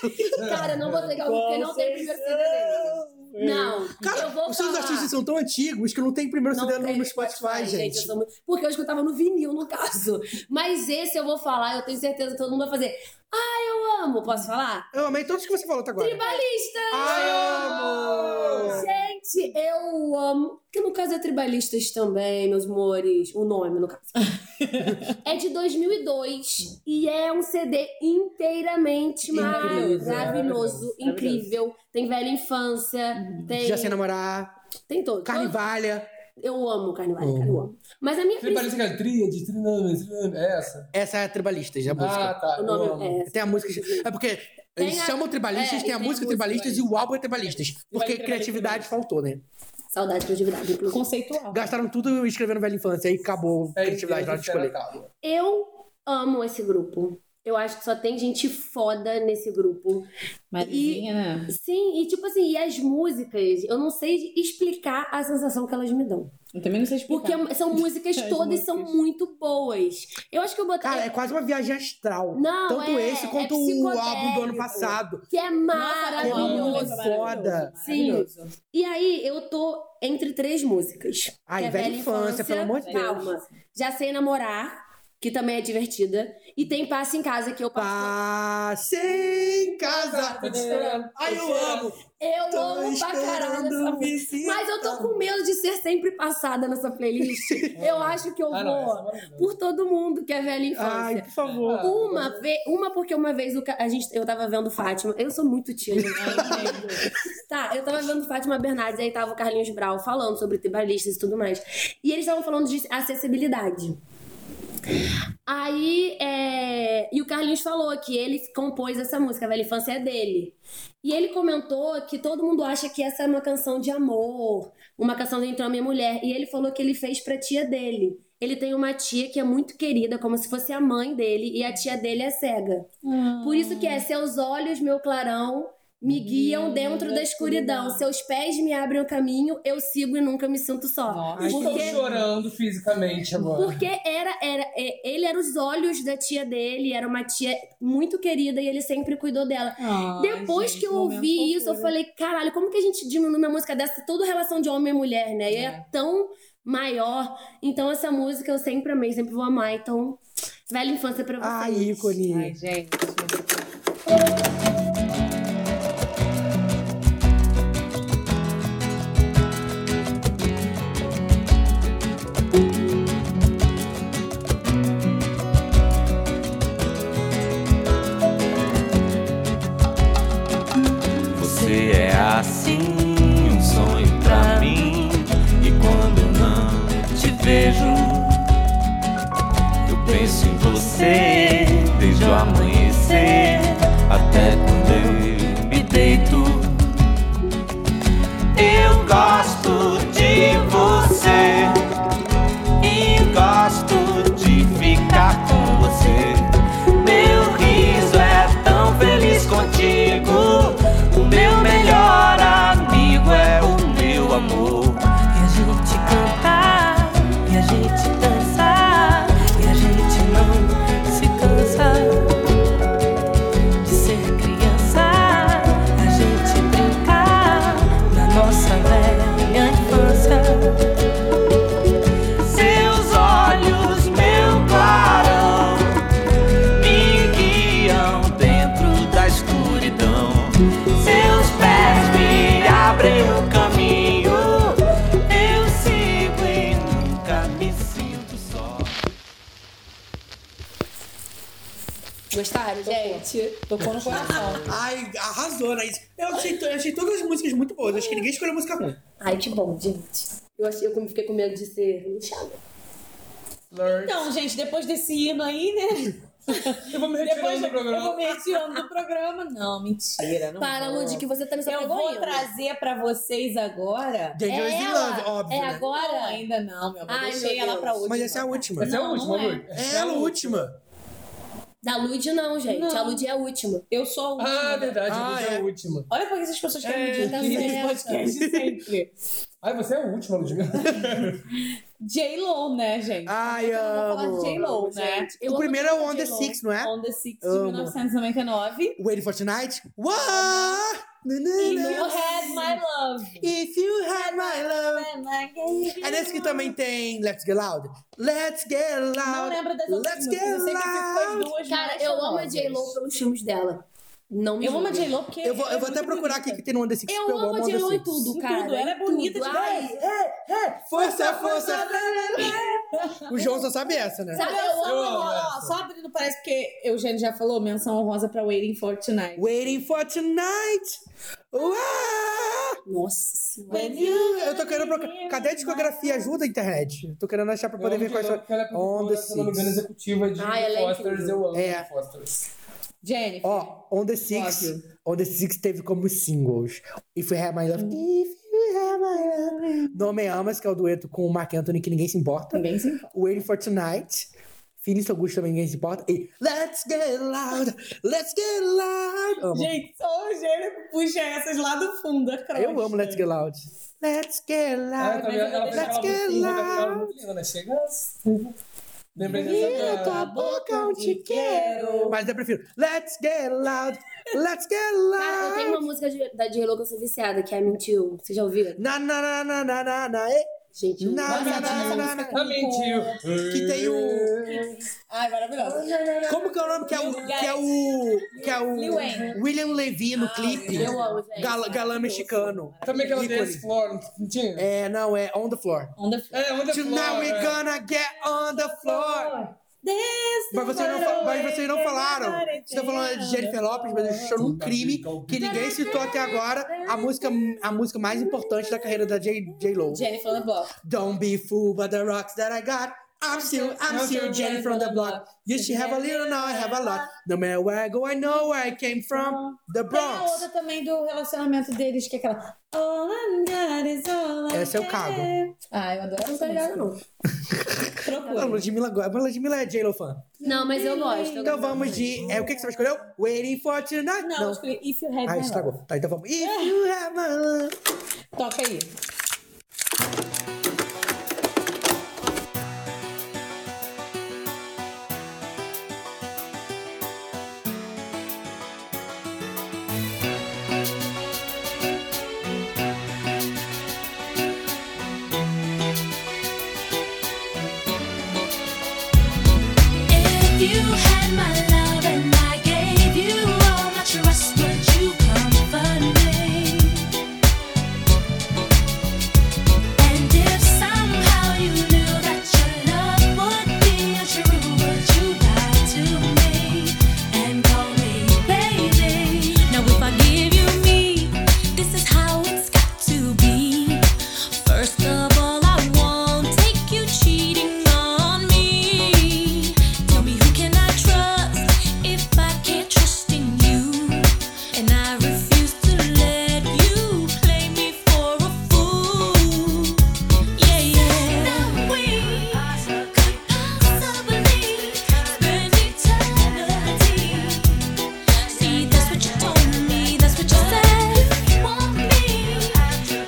B: Cara, eu não vou ter que porque não tem primeiro CD dele. Não.
C: Cara,
B: eu vou
C: os seus
B: falar.
C: artistas são tão antigos que não tem primeiro
B: Não
C: CD no-
B: tem
C: no Spotify,
B: eu
C: gente.
B: sou muito- Porque eu escutava no vinil, no caso. Mas esse eu vou falar, eu tenho certeza que todo mundo vai fazer. Ah, eu amo. Posso falar?
C: Eu amei todos que você falou até agora.
B: Tribalista!
C: Ai, amo!
B: Gente, eu amo. Que no caso é Tribalistas também, meus amores. O nome, no caso. é de 2002 e é um CD inteiramente
J: Incrível,
B: maravilhoso,
J: maravilhoso.
B: incrível. Tem Velha Infância, tem.
C: Já Uhum. sem namorar,
B: Tem todo.
C: Carnivalha.
B: Eu amo Carnival,
C: Amo.
B: cara, eu amo. Mas a minha
D: Você
B: principal.
D: parece que é tríade, triname, triname, é essa?
C: Essa é a Tribalistas, a música.
D: Ah, tá.
B: O
D: eu
B: nome
D: amo.
B: é essa.
C: Tem a música. É porque eles
B: Tem a-
C: chamam tribalistas,
B: é,
C: tem a
B: e tem
C: música
B: a música
C: tribalistas e o álbum é tribalistas. Porque criatividade faltou, né?
B: Saudade de criatividade, inclusive.
J: Conceitual.
C: Gastaram tudo escrevendo Velha Infância e acabou a
D: É
C: criatividade na hora de
D: inteira,
C: escolher.
D: cara.
B: Eu amo esse grupo. Eu acho que só tem gente foda nesse grupo.
E: Marizinha, né?
B: Sim, e tipo assim, e as músicas, eu não sei explicar a sensação que elas me dão.
E: Eu também não sei explicar.
B: Porque é são músicas
E: As
B: todas são
E: músicas.
B: muito boas. Eu acho que eu botei.
C: Cara, é quase uma viagem astral.
B: Não,
C: Tanto
B: é-
C: esse
B: é
C: quanto o
B: psicodélico.
C: álbum do ano passado.
B: Que é
E: Nossa,
B: maravilhoso.
E: maravilhoso,
C: Foda.
E: maravilhoso.
B: E aí, eu tô entre três músicas.
C: Ai,
B: Que é
C: velha infância, pelo amor de Deus.
B: Calma. Já Sei Namorar, que também é divertida. E tem Passe em Casa, que eu passo.
C: Passei em casa.
D: Tô te esperando.
C: Ai, eu amo.
B: eu
C: Tô
B: amo pra caralho
C: esperando
B: essa música.
C: visita.
B: Mas eu tô com medo de ser sempre passada nessa playlist.
C: É.
B: Eu acho que eu
D: Ah, não, essa é
B: vou
D: maravilhosa.
B: por todo mundo que é velha infância. É.
C: Ai, por favor.
D: Ah,
B: Uma vez, uma porque uma vez o ca- a gente, eu tava vendo Fátima. Eu sou muito tia, gente. tá, eu tava vendo Fátima Bernardes, aí tava o Carlinhos Brau falando sobre tribalistas e tudo mais. E eles estavam falando de acessibilidade. Aí, é, e o Carlinhos falou que ele compôs essa música, a velha infância é dele. E ele comentou que todo mundo acha que essa é uma canção de amor, uma canção entre homem e mulher. E ele falou que ele fez pra tia dele. Ele tem uma tia que é muito querida, como se fosse a mãe dele, e a tia dele é cega.
L: Ah.
B: Por isso que é seus olhos, meu clarão, me guiam dentro da escuridão. Seus pés me abrem o caminho, eu sigo e nunca me sinto só.
E: Nossa.
D: Estou
B: Porque-
D: um chorando fisicamente agora.
B: Porque era, era, é, ele era os olhos da tia dele, era uma tia muito querida e ele sempre cuidou dela. Depois que eu ouvi isso, eu falei, caralho, como que a gente diminui uma música dessa? Toda relação de homem e mulher, né? E é,
E: É.
B: tão maior. Então essa música eu sempre amei, sempre vou amar. Então, velha infância pra vocês.
C: Ai, ícone.
E: Ai, gente.
J: Você é assim, um sonho pra mim. E quando não te vejo, eu penso em você desde o amanhecer até quando eu me deito. Eu gosto de você e gosto de ficar com você. Meu riso é tão feliz contigo. O meu melhor amigo é o meu amor.
L: E a gente cantar, e a gente dançar, e a gente não se cansa de ser criança, a gente brincar na nossa velha infância.
J: Seus olhos, meu clarão, me guiam dentro da escuridão. Seus pés me abrem o caminho. Eu sigo e nunca me sinto só.
B: Gostaram, gente?
E: Tocou no coração.
C: Ai, arrasou, Naís. Eu achei, eu achei todas as músicas muito boas. Acho que ninguém escolheu música ruim.
B: Ai, que bom, gente. Eu, achei, eu fiquei com medo de ser lixada.
D: Lurch.
E: Então, gente, depois desse hino aí, né?
D: Eu vou me
E: Depois
D: retirando do
E: eu vou
D: programa.
E: me retirando do programa. Não, mentira. Não
B: Para,
E: vou.
B: Lud, que você tá me
E: Eu vou trazer pra vocês agora.
C: Dangerous in
B: ela?
C: Love, óbvio.
B: É
C: né?
B: agora?
E: Não, ainda não, meu amor.
B: Ai,
E: Deixei
B: meu
E: ela
B: Deus.
E: pra última.
C: Mas essa é a última.
D: Essa é a
E: Não,
D: última,
E: não é.
D: Lurch.
C: É ela a última.
B: Da Lud, não, gente.
E: Não.
B: A Lud é a última.
E: Eu sou a última.
D: Ah, verdade,
C: Ah,
D: você é.
C: é.
D: a última. É,
E: Olha pra que essas pessoas querem me
B: tá
E: dividir
B: certo.
E: esse podcast sempre.
D: Ai, você é a última, Ludmilla.
E: J-Lo, né, gente?
C: Ai,
E: Eu não vou
C: amo.
E: falar de J-Lo, né?
B: Gente, eu
C: O
B: amo
C: primeiro é o
B: tanto
C: On The
B: J-Lo.
C: Six, não é?
E: On the Six, de
C: Amo.
E: 1999.
C: Waiting for Tonight. Uau!
E: E You Had My Love.
C: If you had my love. É nesse que também tem Let's Get Loud. Let's Get Loud.
E: Não lembro das
C: Let's
E: outras músicas,
C: Get
E: eu sei que ficou as
C: Loud.
E: duas
B: Cara,
E: mais
B: eu amo a
E: famosas.
B: J-Lo pelos filmes dela. Não me
E: Eu amo a
B: julguem.
E: J-Lo porque...
C: Eu vou, eu
E: ela
C: vou
E: é
C: até
E: muito
C: procurar aqui
E: bonita.
C: que tem no Under Six.
B: Eu
C: porque
B: amo a
C: Under
B: J-Lo em
C: Six.
B: tudo,
E: Em
B: cara.
E: tudo, ela é
B: em
E: bonita
B: tudo.
E: demais.
B: Ai,
C: Força, força. O João só sabe essa, né?
E: Sabe, eu amo, ó, ó, só abrindo, parece porque Eugênio já falou, menção honrosa pra Waiting for Tonight.
C: Waiting for Tonight. Uau!
B: Nossa senhora.
E: When
C: Eu tô querendo procurar. Cadê a discografia? Ajuda a internet. Eu tô querendo achar pra poder ver quais são.
D: Porque ela é
C: On
D: produtora,
C: the
D: se eu não me engano,
C: Six.
D: executiva de
B: Ah, ela é
D: Fosters.
B: incrível.
D: Eu amo
C: É.
D: Fosters.
E: Jennifer.
C: Ó, On the Six. On the Six teve como singles. If You Have My Love. If You Have My Love. Nome Amas, que é o dueto com o Mark Anthony, que ninguém se importa.
E: Também sim.
C: Waiting for Tonight. Felício Augusto também ninguém se importa. E let's get loud, let's get loud. Amo.
E: Gente, só o Angélico puxa essas lá do fundo, a crosta.
C: Eu amo let's get loud. Let's get
E: tá
D: Ela
C: loud,
D: também- ela fez
C: let's
D: aquela
C: get
D: música que ela
C: loud.
D: muito linda, né? Chega. Lembrei
C: Vira
D: dessa
C: tua
D: cara.
B: é
C: boca,
B: um
C: eu te quero. Mas eu prefiro let's get loud, let's get
B: Cara, eu tenho
C: loud.
B: uma música de, da J-Lo que eu sou viciada, que é Mentiu. Vocês já ouviram?
C: Na, na, na, na, na, na, na, e.
B: Gente, eu-
C: na, na, na, na, na.
D: Ah, mentiu.
C: Que tem o...
E: Ai, maravilhosa.
C: Como que é o nome? Que é o... Que é o... Que é
E: Lil
C: o
E: Wayne.
C: William Levy no clipe.
B: eu amo, gente.
C: Gal- galã mexicano.
D: Também aquela
C: Ícone.
D: dance floor, não tinha?
C: É, não, é on the floor.
E: On the
D: É, onde é
C: Tonight
D: floor?
C: we're
D: é.
C: gonna get on the floor. Mas vocês não, fa- mas vocês não falaram. Vocês estão falando de Jennifer Lopez, mas eu estou num crime que ninguém citou até agora a música, a música mais importante da carreira da J- J-Lo.
E: Jennifer on the block.
C: Don't be fooled by the rocks that I got. I'm still, I'm still Jenny from the block. Yes, she have a little, now I have a lot. No matter where I go, I know where I came from. The
E: Tem a
C: Bronx.
E: outra também do relacionamento deles, que é aquela. All I'm got is all I
C: Essa é eu
E: have.
C: cago.
E: Ah, eu adoro
B: Não
E: essa
B: tá ligado,
E: música.
B: não.
C: A
E: Procura.
C: Ludmilla, go- a Ludmilla é J-Lo fã.
B: Não, mas eu gosto. eu
C: Então
B: gosto.
C: vamos de. É, o que, que você vai escolher? Waiting for tonight?
E: Não, eu escolhi If You Had
C: Ah,
E: My Love. É.
C: estragou. Tá, então vamos. If you have my love.
E: Toca aí.
I: If you had my love and I gave you all my trust, would you comfort me? And if somehow you knew that your love would be untrue, would you lie to me and call me baby? Now if I give you me, this is how it's got to be. First of all, I won't take you cheating on me. Tell me who can I trust if I can't trust in you? And I refuse to let you play me for a fool. Yeah, yeah. That we could possibly spend eternity. See, that's what you told me, that's what you said. You want me, you have to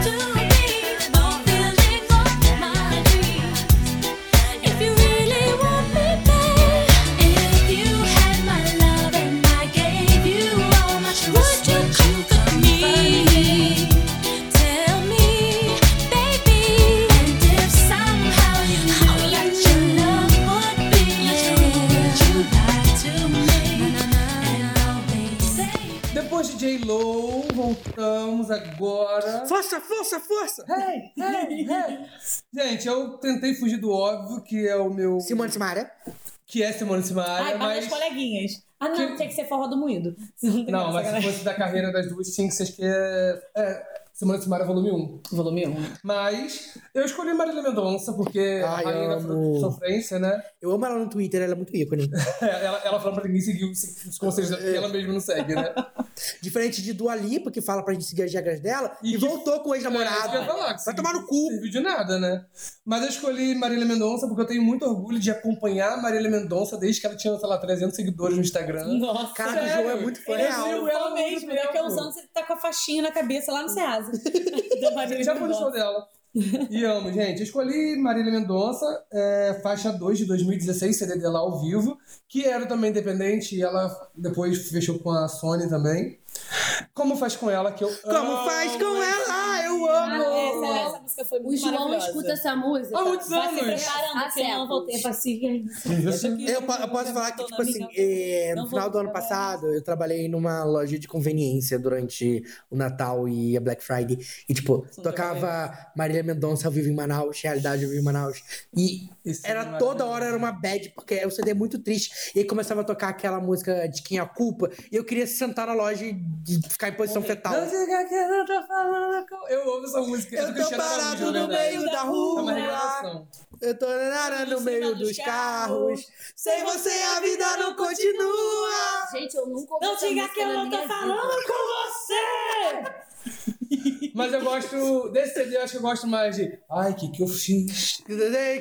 I: be fulfilling all my dreams. If you really want me, babe. If you had my love and I gave you all my trust, would you comfort me? Tell me, baby. And if somehow you knew that your love would be true, would you lie to me? And always say.
D: Depois de J-Lo, voltamos agora.
C: Força, força, força.
D: Hey, hey, hey. Gente, eu tentei fugir do óbvio, que é o meu.
C: Simone Simaria.
D: Que é Simone
C: Ah,
D: Simaria,
E: Ai, mas
D: mas.
E: as coleguinhas. né, Ah, não,
D: Que-
E: tinha que ser forró do moído.
D: Não, mas se fosse da carreira das duas, tinha que ser. que É, é, Simone Simaria, volume 1.
E: Volume 1.
D: Mas eu escolhi Marília Mendonça, porque
C: Ai,
D: a rainha da
C: amo.
D: sofrência, né?
C: Eu amo ela no Twitter, ela é muito ícone.
D: É, Ela, ela falou pra ninguém seguir os os conselhos dela, porque ela mesma não segue, né?
C: Diferente de Dua Lipa, que fala pra gente seguir as regras dela, e,
D: E que-
C: voltou com o
D: É, isso que eu ia
C: ex-namorado.
D: falar, que isso
C: Vai tomar no
D: Não
C: cu.
D: serviu de nada, né? Mas eu escolhi Marília Mendonça porque eu tenho muito orgulho de acompanhar a Marília Mendonça desde que ela tinha, sei lá, 300 seguidores no Instagram.
E: Nossa.
C: Caraca, o João é muito fã
E: Ele
C: real.
E: é o fã mesmo,
D: né,
E: ele é usando, você tá com a faixinha na cabeça lá no Ceasa. da Marília
D: Já foi no show
E: Mendonça.
D: dela. E amo, gente. Eu escolhi Marília Mendonça, é, faixa 2 de 2016, CD dela ao vivo, que era também independente e ela depois fechou com a Sony também. Como faz com ela, que eu
C: Como
D: amo
C: faz com
D: esse
C: ela? Eu
B: Ah,
C: amo!
E: Essa, essa música foi
B: O
E: muito
B: João
E: maravilhosa.
B: escuta essa música.
D: Há muitos
E: Vai se
D: anos.
E: preparando,
B: Há
E: porque eu não
B: séculos.
E: voltei pra seguir.
D: é
C: Eu, po- eu posso falar que, tipo assim, eh, no final do ano passado, eu trabalhei numa loja de conveniência durante o Natal e a Black Friday. E, tipo, tocava Marília Mendonça ao vivo em Manaus, realidade ao vivo em Manaus. E
D: Esse
C: era
D: ano
C: toda
D: é maravilhoso.
C: hora era uma bad, porque o CD é muito triste. E aí começava a tocar aquela música de quem é a culpa. E eu queria sentar na loja e de- ficar em posição fetal.
D: Não diga que eu não tô falando com- Eu ouvo essa música.
C: Eu
D: tô
C: tô
D: cristiano
C: parado
D: Araújo, na
C: no
D: verdade.
C: meio da
D: É uma
C: rua.
D: revelação.
C: Eu tô andando no
E: Em
C: meio
E: cima dos
C: dos carros.
E: carros.
C: Sem você a vida não continua.
B: Gente, eu nunca ouvi
E: Não
B: essa
E: diga
B: música
E: que eu
B: na
E: não
B: minha
E: tô
B: vida.
E: falando com você!
D: Mas eu gosto. Desse CD, eu acho que eu gosto mais de. Ai, o que, que eu fiz?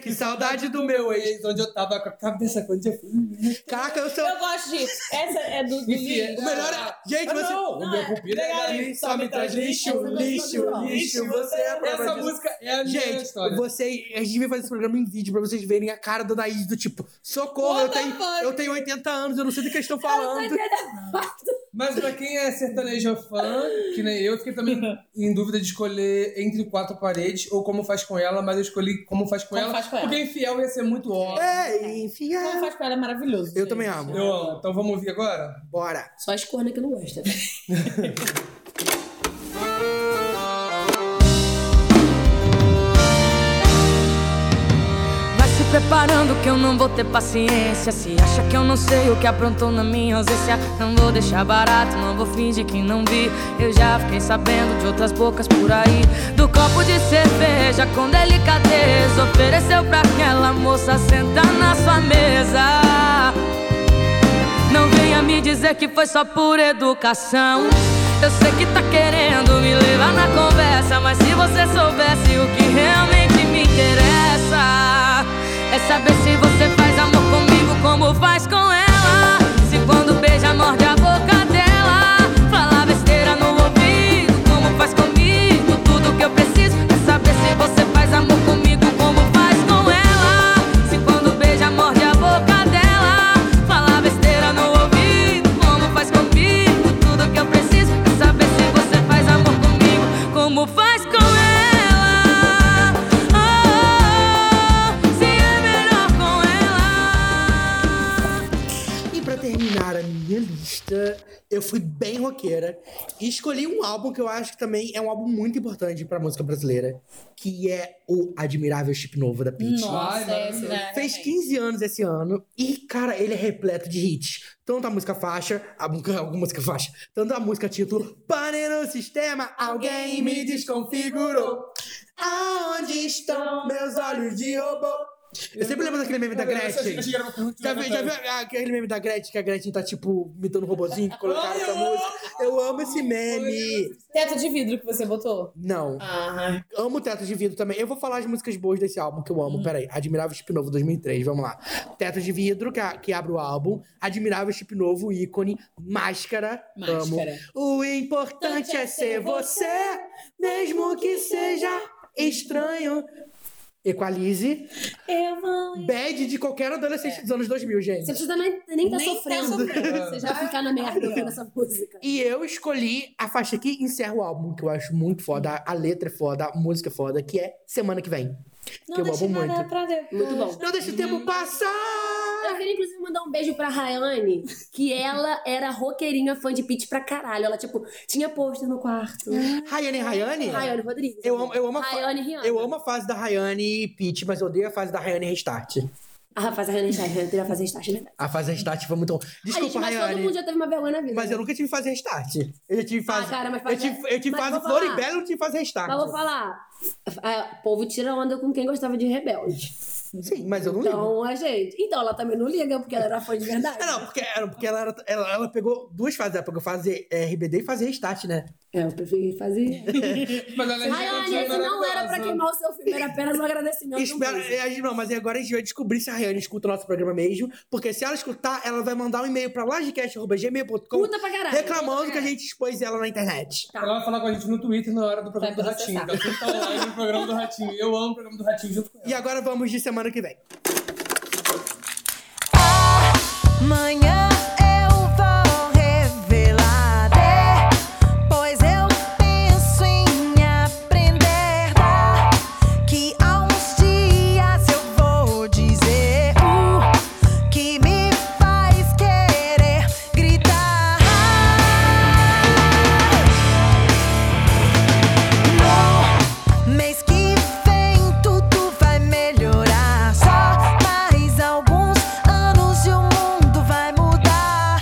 D: Que saudade do meu ex, onde eu tava com a cabeça quando eu fui.
C: Caraca, eu sou.
E: Eu gosto disso. Essa é do, do
D: Enfim,
E: Lili.
C: O melhor é. Gente,
D: Ah,
C: você.
D: não, o meu pupilo é
E: Legal,
D: galinha, só me
C: tá?
D: traz lixo,
B: Essa
D: lixo,
B: não é
D: lixo, você é a prova Essa
C: disso.
D: música é a minha
C: Gente,
D: história.
C: você, a gente vai fazer esse programa em vídeo pra vocês verem a cara da Naís do tipo, socorro, eu tenho, eu tenho 80 anos, eu não sei do que eles estão falando.
D: Mas pra quem é sertanejo fã, que nem eu, fiquei também em dúvida de escolher entre quatro paredes ou como faz com ela, mas eu escolhi como faz com
E: Como
D: ela.
E: Faz Com Ela.
D: porque infiel ia ser muito óbvio.
C: É, enfim,
E: Como
C: é.
E: faz com ela é maravilhoso.
C: Eu
E: gente.
C: também amo.
D: Eu amo. Então vamos ouvir agora?
C: Bora.
B: Só as cornas que não gosta.
L: Vai se preparando que eu não vou ter paciência. Se acha que eu não sei o que aprontou na minha ausência, não vou deixar barato, não vou fingir que não vi. Eu já fiquei sabendo de outras bocas por aí. Do copo de cerveja com delicadeza, ofereceu pra aquela moça sentar na sua mesa. Não venha me dizer que foi só por educação. Eu sei que tá querendo me levar na conversa, mas se você soubesse o que realmente me interessa, é saber se você faz amor comigo como faz com ela. Se quando beija, morde a boca dela. Falar besteira no ouvido, como faz comigo. Tudo que eu preciso é saber se você faz amor comigo como faz com ela. Se quando beija, morde a boca dela. Fala besteira no ouvido, como faz comigo. Tudo que eu preciso é saber se você faz amor comigo, como faz com ela. Ah, se é melhor com ela.
C: E pra terminar a minha lista, eu fui bem roqueira e escolhi um álbum que eu acho que também é um álbum muito importante pra música brasileira, que é o Admirável Chip Novo da Pitty.
E: Nossa,
D: Vai,
E: essa
D: vai.
E: né?
C: Fez 15 anos esse ano e, cara, ele é repleto de hits. Tanto a música faixa, a, mu- alguma música faixa, tanto a música título Pane no sistema, alguém me desconfigurou. Aonde estão meus olhos de robô? Eu sempre lembro daquele meme da Gretchen. Já viu, já viu aquele meme da Gretchen, que a Gretchen tá, tipo, imitando um robozinho que colocaram essa música? Eu amo esse meme.
E: Teto de vidro que você botou.
C: Não.
E: Ah,
C: Amo Teto de Vidro também. Eu vou falar as músicas boas desse álbum que eu amo. Peraí. Admirável Chip Novo 2003. Vamos lá. Teto de Vidro, que, a- que abre o álbum. Admirável Chip Novo, ícone. Máscara.
E: Máscara.
C: Amo. O importante é ser você, mesmo que seja estranho. Equalize.
B: Eu vou.
C: Bad de qualquer adolescente dos anos 2000, gente.
B: Você precisa nem estar nem tá
E: Nem tá
B: sofrendo. Você já ficar na merda ouvindo essa música.
C: E eu escolhi a faixa que encerra o álbum, que eu acho muito foda. A letra é foda, a música é foda, que é Semana que Vem. que eu amo muito.
E: pra depois.
B: Muito bom.
C: Não deixa o tempo passar!
B: Eu queria, inclusive, mandar um beijo pra Rayane, que ela era roqueirinha fã de Pete pra caralho. Ela, tipo, tinha pôster no quarto.
C: Rayane é Rayane?
B: Rayane Rodrigues.
C: Eu amo, eu amo a fa-
B: Rayane Rihanna.
C: Eu amo a fase da Rayane e Peach, mas eu odeio a fase da Rayane Restart.
B: Ah, faz a Rayane Start. Eu queria fazer Start, é verdade.
C: A fase Restart foi muito bom.
B: Ai, gente,
C: Desculpa,
B: mas todo
C: Rayane.
B: mundo já teve uma vergonha na vida.
C: Mas eu nunca tive fase Restart. Eu tive fase.
B: Ah, cara, mas
C: eu
B: fase-
C: tive, eu tive
B: mas
C: fase
B: vou falar.
C: Floribela e eu tive fase Restart.
B: Mas vou falar, a- o povo tira onda com quem gostava de Rebelde.
C: Sim, mas eu não ligo.
B: Então, a gente... Então, ela também não liga, porque ela era fã de verdade.
C: É, não, porque, era, porque ela, era- ela, ela pegou duas fases. Ela pegou fase é, RBD e fase Restart, né?
B: É, eu preferi fazer...
D: Mas ela é
B: Rayane,
D: gigante,
B: esse não era pra queimar o seu filme, era apenas um agradecimento. e um
C: Espera,
B: beijo.
C: é, a gente- não, mas agora a gente vai descobrir se a Rayane escuta o nosso programa mesmo. Porque se ela escutar, ela vai mandar um e-mail pra lajecast.gmail.com
B: Puta pra Tá. caralho.
C: reclamando que a gente expôs ela na internet.
D: Ela vai falar com a gente no Twitter na hora do programa do
E: Vai
D: Ratinho. Então, quem tá online no programa do Ratinho. Eu amo o programa do Ratinho junto com ela.
C: E agora vamos de semana que vem.
L: Amanhã eu vou revelar. Depois eu penso em aprender. Que há uns dias eu vou dizer o que me faz querer gritar. No mês que vem tudo vai melhorar. Só mais alguns anos e o mundo vai mudar.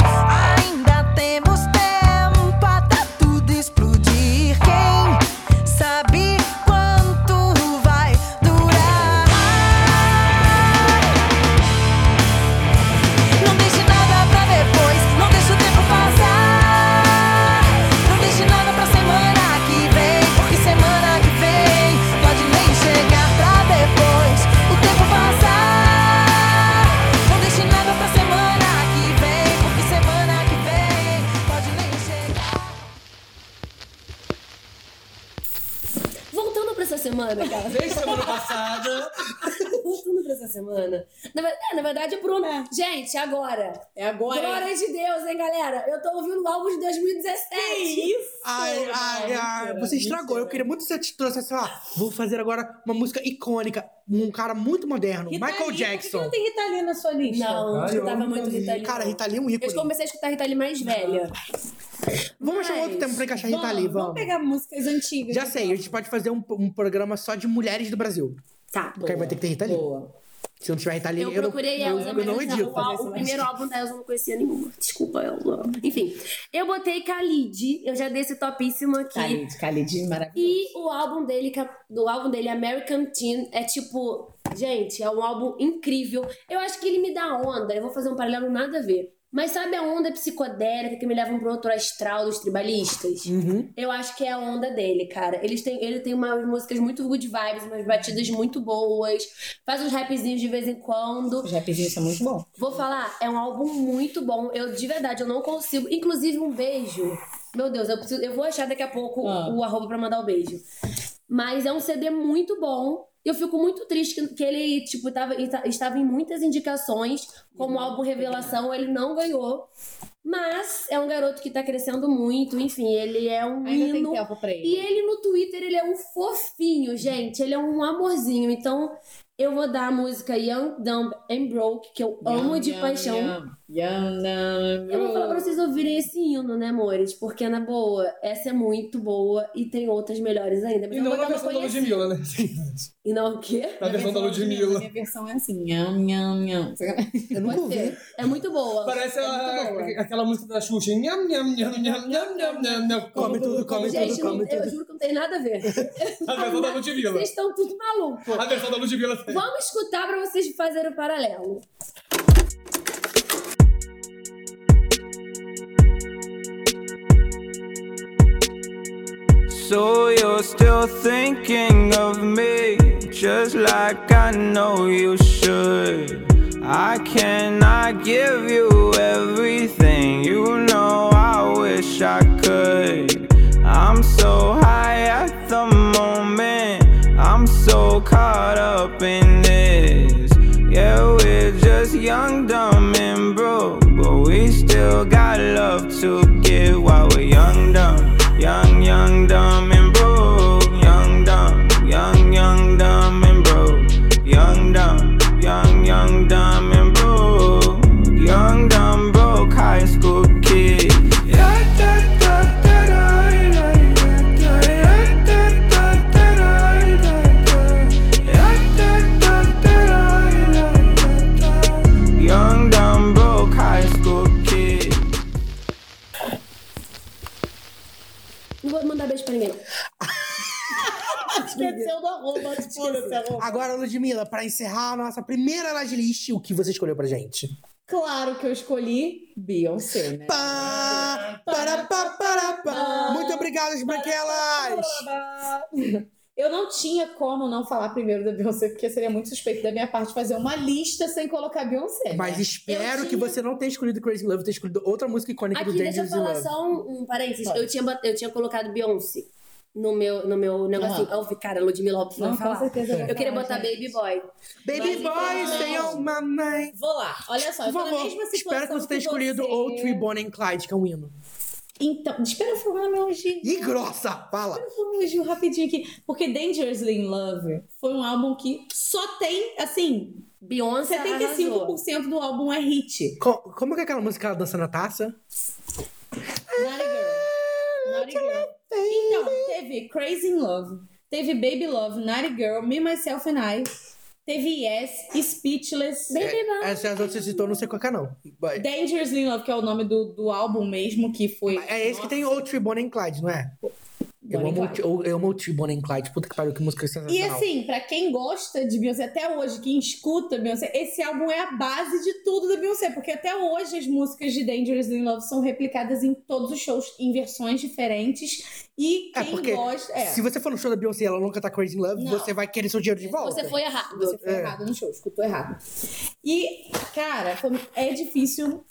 B: essa semana, cara.
D: Desde semana passada.
B: tudo pra essa semana. Na, ver- é, na verdade, é pro. Gente, agora.
E: É agora.
B: Glória de Deus, hein, galera? Eu tô ouvindo o álbum de 2017.
E: isso?
C: Ai, ai, ai, você estragou. Eu queria muito que você te trouxesse, sei lá, vou fazer agora uma música icônica, um cara muito moderno, Michael
E: Por que
C: Jackson.
E: não tem Rita Lee na sua lista?
B: Não, eu
D: Ai, eu
B: escutava
D: amo Rita
B: muito
D: Lee.
B: Rita Lee.
C: Cara, Rita Lee é um
B: Eu
C: ícone.
B: comecei a escutar Rita Lee mais velha.
C: Vamos achar um outro
B: Mas-
C: tempo pra encaixar Rita Lee,
E: vamos, vamos
C: vamos.
E: pegar músicas antigas. então.
C: Já sei, a gente pode fazer um, um programa só de mulheres do Brasil.
B: Tá.
C: Porque aí vai ter que ter Rita Lee.
E: Boa.
C: Se não tiver Rita Lee,
B: Eu,
C: eu, não,
B: procurei
C: eu,
B: Elsa,
C: eu
B: mas
C: não
B: essa-
C: edito.
B: o, al- o primeiro álbum da Elsa eu não conhecia nenhuma. Desculpa, Elsa. Enfim, eu botei Khalid, eu já dei esse topíssimo aqui.
E: Khalid, Khalid maravilhoso.
B: E o álbum dele, cap- do álbum dele, American Teen, é tipo, gente, é um álbum incrível. Eu acho que ele me dá onda, eu vou fazer um paralelo nada a ver. Mas sabe a onda psicodélica que me leva um pro outro astral dos tribalistas? Eu acho que é a onda dele, cara. Eles têm, ele tem umas músicas muito good vibes, umas batidas muito boas, faz uns rapzinhos de vez em quando.
E: Já pedi isso, é muito bom.
B: Vou falar, é um álbum muito bom. Eu, de verdade, eu não consigo. Inclusive, um beijo. Meu Deus, eu, preciso- eu vou achar daqui a pouco
E: Ah.
B: o arroba pra mandar o beijo. Mas é um CD muito bom. Eu fico muito triste que, que ele, tipo, tava, ele ta- estava em muitas indicações. Como
E: Uhum.
B: álbum revelação, ele não ganhou. Mas é um garoto que tá crescendo muito. Enfim, ele é um
E: Ainda tem
B: menino.
E: tempo pra ele.
B: E ele no Twitter, ele é um fofinho, gente. Ele é um amorzinho. Então, eu vou dar a música Young, Dumb and Broke, que eu amo de paixão. Eu vou falar pra vocês ouvirem esse hino, né, amores? Porque, na boa, essa é muito boa e tem outras melhores ainda. Mas
D: E
B: eu
D: não
B: vou
D: na
B: botar uma
D: versão da
B: conhecida.
D: Ludmilla, né?
B: E não é o quê?
D: Na versão da Ludmilla.
E: Minha versão é assim. Nham, nham, nham.
C: Eu nunca
B: Pode
C: ouvi.
B: ser. É muito boa.
D: Parece
B: é
D: a-
B: muito boa.
D: aquela música da Xuxa. Nham, nham, nham, nham, nham, nham, nham, nham.
C: Come tudo, come tudo,
B: Gente, não-
C: come
B: eu
C: tudo. Tá
B: juro que não tem nada a ver.
D: A versão da Ludmilla.
B: Vocês estão tudo maluco.
D: A versão da Ludmilla.
B: Vamos escutar pra vocês fazerem o paralelo.
P: So you're still thinking of me, just like I know you should. I cannot give you everything, you know I wish I could. I'm so high at the moment, I'm so caught up in this. Yeah, we're just young, dumb, and broke, but we still got love to give while we're young, dumb, young, young, dumb, and broke. Young, dumb, young, young, dumb, and broke. Young, dumb, young, young, dumb, and broke. Young, dumb, broke high school kid. Yeah, da, da, da, da, da, da, da, yeah, da, da, da, da, da, da. Young, dumb, broke high school kid.
B: Não vou mandar beijo pra ninguém, não.
E: Esqueceu do arroba. Foda-se, arroba.
C: Agora, Ludmilla, pra encerrar a nossa primeira laje list, o que você escolheu pra gente?
E: Claro que eu escolhi Beyoncé, né?
C: Ah, Pá, para, pá, para, pá. Muito obrigado, branquelas!
E: Eu não tinha como não falar primeiro da Beyoncé, porque seria muito suspeito da minha parte fazer uma lista sem colocar Beyoncé.
C: Mas
E: né?
C: espero
B: Eu
C: que
B: tinha-
C: você não tenha escolhido Crazy in Love, tenha escolhido outra música icônica
B: Aqui,
C: do Dangerous
B: deixa eu
C: in
B: falar
C: Love.
B: só um, um parênteses.
E: Pode.
B: Eu tinha, bot- eu tinha colocado Beyoncé no meu, no meu negocinho.
C: Ah.
E: Aham.
B: Eu vi, cara, Ludmilla Lopes
E: Não,
B: vai
E: com
B: falar.
E: certeza eu vou
B: Eu queria
E: falar,
B: botar Baby
E: gente.
B: Boy.
C: Baby
E: Mas
C: Boy,
E: então-
C: stay on my mind.
E: Vou lá, olha só, eu
C: Por
E: tô na
C: favor,
E: mesma situação.
C: espero que você tenha escolhido
E: você.
C: Old Tree Bonnie and Clyde, que é um hino.
E: Então, espera eu falar meu elogio.
C: E grossa, fala!
E: Falar meu elogio rapidinho aqui. Porque Dangerously in Love foi um álbum que só tem, assim,
B: Beyoncé 75%.
E: 75% do álbum é hit.
C: Co- como que é aquela música que ela dança na taça? Ah,
E: Naughty Girl. Naughty Girl. Então, teve Crazy in Love, teve Baby Love, Naughty Girl, Me, Myself and I, teve Yes, Speechless,
B: Baby Boy.
C: Essa é a que você citou, não sei qual que é não. Vai.
E: Dangerously in Love, que é o nome do, do álbum mesmo, que foi...
C: É esse que tem Old Tree Bonnie and Clyde, não é? Eu
E: Bonnie
C: amo,
E: Clyde.
C: eu, eu amo Old Tree Bonnie and Clyde. Puta que pariu, que música
E: E
C: sensacional.
E: assim, pra quem gosta de Beyoncé até hoje, quem escuta Beyoncé, esse álbum é a base de tudo da Beyoncé, porque até hoje as músicas de Dangerous in Love são replicadas em todos os shows, em versões diferentes. E
C: É
E: quem
C: porque
E: gosta. É,
C: se você for no show da Beyoncé e ela nunca tá Crazy in Love,
E: Não.
C: você vai querer seu dinheiro de volta.
B: Você foi errado.
E: você foi errado no show, escutou errado. E, cara, foi- é difícil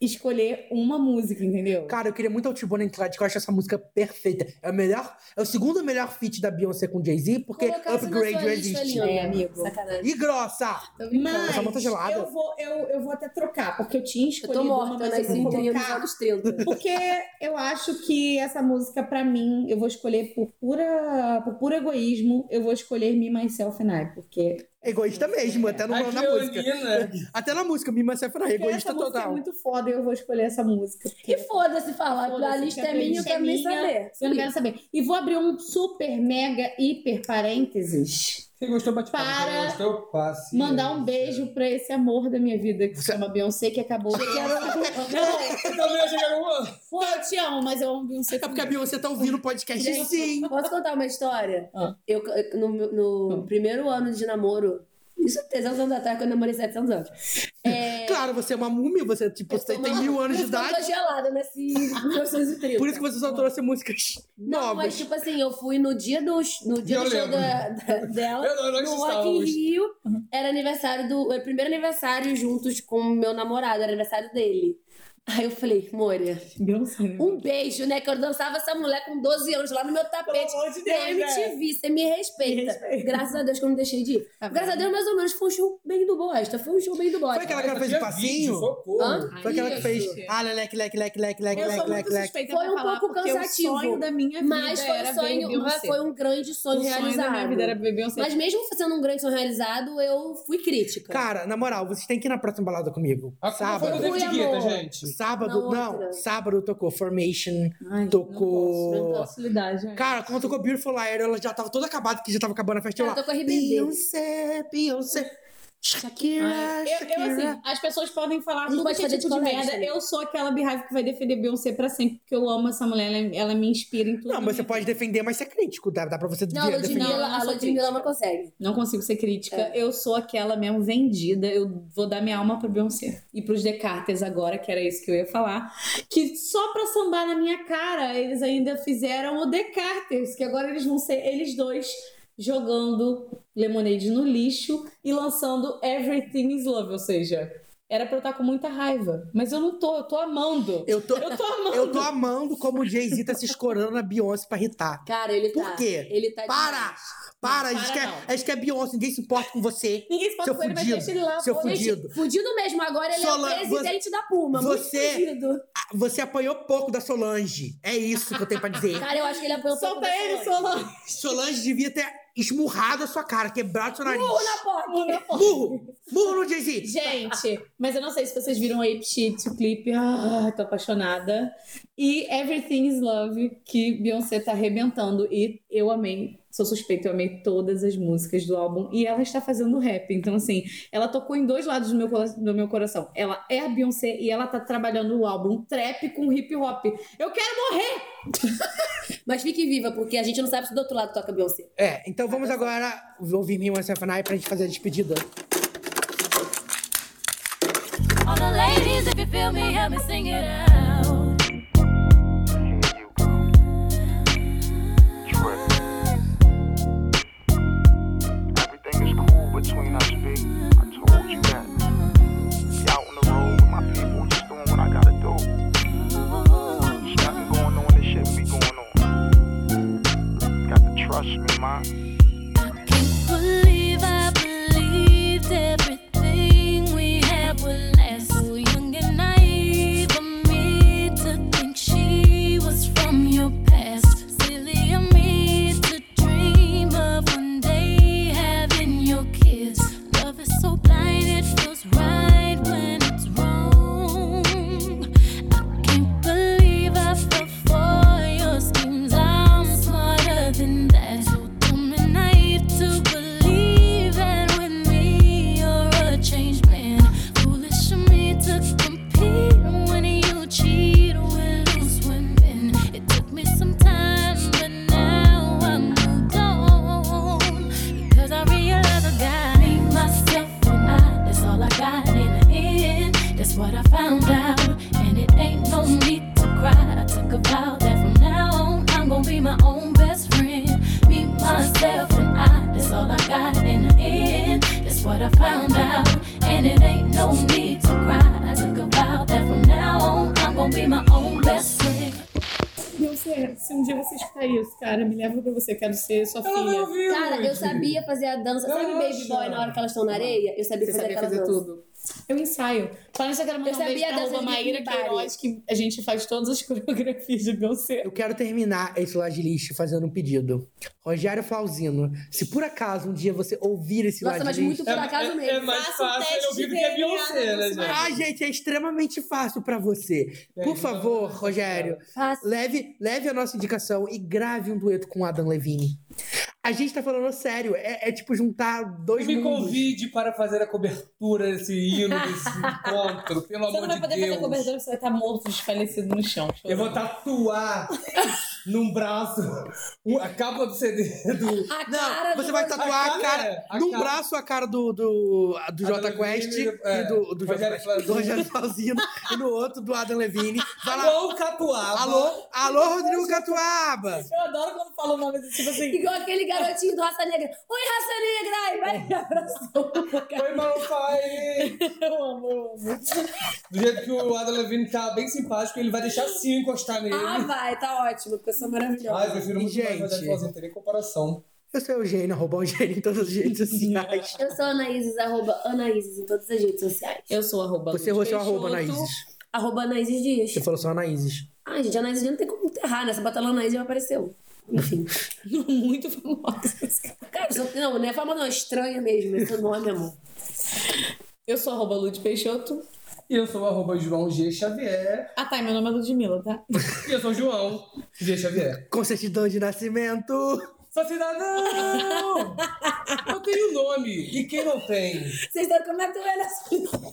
E: escolher uma música, entendeu?
C: Cara, eu queria muito Altibona entrar, que eu acho essa música perfeita. É a melhor, é o segundo melhor feat da Beyoncé com Jay-Z, porque
B: Colocasse na
C: Upgrade
B: sua
C: não
B: lista
C: existe.
B: ali, ó.
E: É, amigo.
B: Sacanagem.
C: E grossa!
E: Mas
C: Essa moto gelada.
E: eu vou, eu, eu vou até trocar, porque eu tinha
B: Eu
E: escolhido
B: tô
E: uma,
B: morta, eu
E: mas
B: nasci
E: eu vou
B: inteira nos
E: colocar.
B: anos 30.
E: Porque eu acho que essa música, pra mim, eu vou escolher por, pura, por puro egoísmo, eu vou escolher Me, Myself and I, porque
C: É egoísta mesmo, até no,
D: A
C: na música.
D: Cleonina.
C: Até na música, Mima Sefra é
E: essa
C: egoísta
E: música é
C: total.
E: muito foda e eu vou escolher essa música. porque-
B: E foda-se falar, a
E: Foda-se,
B: lista
E: que a
B: é minha, eu
E: playlist é
B: quero nem
E: minha.
B: saber.
E: Eu não quero saber. E vou abrir um super, mega, hiper parênteses.
D: Quem gostou, bate palma.
E: Para
D: Quem não gostou, Tá passe.
C: é.
E: Mandar um beijo pra esse amor da minha vida que se chama Beyoncé, que acabou.
D: Eu também achei que era uma.
E: Pô, eu te amo, mas eu amo Beyoncé.
C: É porque a
E: também.
C: Beyoncé tá ouvindo o podcast
B: Gente,
C: sim.
B: Posso contar uma história?
E: Ah.
B: Eu, eu- no, meu- no primeiro ano de namoro, isso 300 anos atrás, quando eu namorei 700 anos. É,
C: Claro, você é uma múmia, você, tipo, você tem mil anos de idade.
B: gelada nesse 1930.
C: Por isso que você só trouxe músicas
B: Não, mas
C: novas.
B: tipo assim, eu fui no dia do, no dia
D: Eu
B: do show
D: lembro.
B: da- da- dela,
D: Eu não, nós
B: no Rock in
D: estávamos.
B: Rio,
E: Uhum.
B: era aniversário do... Era o primeiro aniversário juntos com o meu namorado, era aniversário dele. Aí eu falei, Moria,
E: Beyoncé. né?
B: um beijo, né? Que eu dançava essa mulher com 12 anos lá no meu tapete.
E: Pelo amor de
B: na
E: Deus, né?
B: MTV, você me respeita.
E: Me respeita.
B: Graças a Deus que eu não deixei de ir.
E: Tá
B: Graças a Deus, mais ou menos, foi um show bem do bosta. Foi um show bem do bosta.
C: Foi aquela que ela fez de
D: Tinha
C: passinho?
D: vídeo, socorro.
B: Hã?
C: Foi aquela que fez. Ah, lec, lec, lec, lec, lec,
E: Eu
C: lec,
E: sou muito
C: lec, lec.
E: suspeita
B: Foi
E: pra
B: um
E: falar,
B: pouco
E: porque
B: cansativo,
E: O sonho da minha vida
B: Mas foi
E: era
B: um sonho, mas foi um grande sonho
E: o sonho
B: realizado.
E: da minha vida era ver Beyoncé.
B: Mas mesmo sendo um grande sonho realizado, eu fui crítica.
C: Cara, na moral, vocês têm que ir na próxima balada comigo.
D: A culpa Ah, foi do
C: Sábado.
B: Fui,
D: David Guetta,
B: amor.
D: gente.
C: Sábado,
B: Na
C: não,
B: outra.
C: sábado tocou Formation,
E: Ai,
C: tocou.
E: Não posso lidar, gente.
C: Cara, quando tocou Beautiful Liar, ela já tava toda acabada, que já tava acabando a festa.
B: Cara,
C: eu lá,
B: tocou RBD.
C: Beyoncé, Beyoncé, Shakira,
E: Eu, eu, assim,
C: Shakira.
E: as pessoas podem falar
B: A gente
E: tudo
B: pode
E: que é
B: fazer
E: tipo
B: de
E: de
B: collection.
E: merda. Eu sou aquela beehive que vai defender Beyoncé pra sempre, porque eu amo essa mulher, ela, ela me inspira em tudo.
C: Não, mas você pode defender, mas você é crítico, dá, dá pra você
B: Não, a
C: defender.
B: Ludmilla,
E: Não, não
B: a
E: sou
B: Ludmilla não consegue. É.
E: Não consigo ser crítica. Eu sou aquela mesmo vendida. Eu vou dar minha alma pra Beyoncé. E pros Descartes agora, que era isso que eu ia falar. Que só pra sambar na minha cara, eles ainda fizeram o Descartes. Que agora eles vão ser eles dois jogando Lemonade no lixo e lançando Everything is Love. Ou seja, era pra eu estar com muita raiva. Mas eu não tô. Eu tô amando.
C: Eu tô,
E: Eu tô amando.
C: eu tô amando como o Jay-Z tá se escorando na Beyoncé pra irritar.
B: Cara, ele
C: Por
B: tá.
C: quê?
B: Ele tá
C: Para!
B: demais.
C: Para, a gente,
E: para
C: quer,
E: não.
C: a gente quer Beyoncé, ninguém se importa com você.
E: Ninguém se pode
C: Seu
E: com ele, mas
C: fudido.
E: deixa ele lá.
C: Seu
E: foda-se.
C: fudido.
B: Fudido mesmo, agora ele
C: Solan-
B: é o presidente da Puma.
C: você-
B: Muito fudido.
C: Ah, Você apanhou pouco da Solange. É isso que eu tenho pra dizer.
B: Cara, eu acho que ele apoiou um
E: Solta ele, Solano.
C: Solange devia ter esmurrado a sua cara, quebrado seu nariz.
B: Burro na porta!
C: Burro! Burro no Jay-Z!
E: Gente, mas eu não sei se vocês viram Ape Shit, o clipe. Ah, tô apaixonada. E Everything is Love, que Beyoncé tá arrebentando. E eu amei, sou suspeita, eu amei todas as músicas do álbum. E ela está fazendo rap. Então, assim, ela tocou em dois lados do meu, cora- do meu coração. Ela é a Beyoncé e ela tá trabalhando o álbum trap com hip hop. Eu quero morrer!
B: Mas fique viva, porque a gente não sabe se do outro lado toca Beyoncé.
C: É, então vamos agora ouvir Mima Sefanai pra gente fazer a despedida.
I: All the ladies, if you feel me, help me sing it out.
G: Everything is cool between us, B. I told you that. Be out on the road with my people, just doing what I gotta do. There's nothing going on, this shit be going on. Got to trust me, ma.
I: Can't believe I believed everything we had would last. So young and naive of me to think she was from your past. Silly of me to dream of one day having your kids. Love is so blind, it feels right when it's wrong. I can't believe I fell for your schemes. I'm smarter than that. So dumb and naive to believe that with me you're a changed man. Foolish of me to compete when you cheat. We're loose women. It took me some time, but now I moved on because I realized I got me, myself and I. That's all I got in the end. That's what I found out, and it ain't no need to cry. I took a vow that from now on I'm gonna be my own best friend. Me, myself, and I. That's all I got in the end. That's what I found out, and it ain't no need to cry. I took a vow that from now
Q: Olha, se um dia você escutar isso, cara, me leva pra você, quero ser sua
D: Ela
E: é
D: não
Q: filha.
D: ouviu.
B: Cara, eu sabia fazer a dança. Sabe Baby
D: Relaxa.
B: Boy na hora que elas estão na areia? Eu sabia
Q: Você
B: fazer
Q: sabia
B: aquela
Q: fazer
B: dança.
Q: tudo. Eu ensaio. Falando isso, eu quero mandar
B: Eu
Q: um beijo
B: sabia
Q: pra
B: dessa
Q: arroba
B: de
Q: Maíra
B: Bimbaria.
Q: Queiroz, que a gente faz todas as coreografias de Beyoncé.
C: Eu quero terminar esse Laje List fazendo um pedido. Rogério Flauzino, se por acaso um dia você ouvir esse
B: Nossa,
C: Laje
B: mas
C: List-
B: muito por acaso
D: é, é
B: mesmo.
D: mais
E: Faça um
D: fácil
E: teste
D: ele ouvir
E: de
D: do que a
E: DNA
D: Beyoncé, né,
E: no seu
D: gente?
C: Ah, gente, é extremamente fácil pra você.
D: É, então-
C: Por favor, Rogério,
B: Faça.
C: leve, leve a nossa indicação e grave um dueto com Adam Levine. A gente tá falando sério, é, é tipo juntar dois
D: Me
C: mundos.
D: convide para fazer a cobertura desse hino, desse encontro, pelo
E: Você
D: amor
E: não vai
D: de
E: poder fazer
D: Deus.
E: cobertura, você vai estar morto, desfalecido no chão.
D: Eu vou tatuar num braço um- a capa do CD do.
B: A cara
C: Não, você
B: do
C: vai
B: Rogério.
C: tatuar a
D: A
C: cara,
D: cara, a
C: num
D: cara.
C: braço a cara do, do, do
D: Adam
C: Jota Quest
D: Levine, é,
C: e do, do, Jota
D: Rogério
C: Quest,
D: Flauzino.
C: do Rogério Flauzino e no outro do Adam Levine. Vai lá.
D: Qual catuaba?
C: Alô, alô, Rodrigo Catuaba!
E: Eu adoro quando fala o nome desse tipo assim.
B: Igual aquele garotinho do Raça Negra. Oi, Raça Negra! Aí vai me abraçou.
D: Oi, Malfai!
B: Um
E: Eu amo, eu amo.
D: Do jeito que o Adam Levine tá bem simpático, ele vai deixar sim encostar nele.
B: Ah, vai, tá ótimo. Pessoa maravilhosa.
D: Ai, eu prefiro muito mais
C: Gente.
D: Rogério Flauzino, não tem nem comparação.
C: Eu sou o Eugênio, arroba Eugênio em todas as redes sociais.
B: Eu sou Anaíses, arroba Anaíses em todas as redes sociais.
E: Eu sou arroba
C: Você
E: Luz
C: você é o arroba
E: Peixoto.
C: Anaíses.
B: Arroba Anaíses
C: Você
B: Dias.
C: falou só Anaíses.
B: Ai, gente, a Anaíses Dias não tem como enterrar, né? Você bota lá Anaíses e apareceu. Enfim.
E: Muito famosa.
B: Cara, eu sou- não, não é fama não, é estranha mesmo esse nome, amor.
E: Eu sou arroba Lud Peixoto.
D: E eu sou o arroba João G. Xavier.
E: Ah, tá. e Meu nome é Ludmilla, tá?
D: E eu sou o João G. Xavier.
C: Com certidão de nascimento.
D: Sou cidadão! Eu tenho nome. E quem não tem?
B: Vocês estão como é que eu era assim? Eu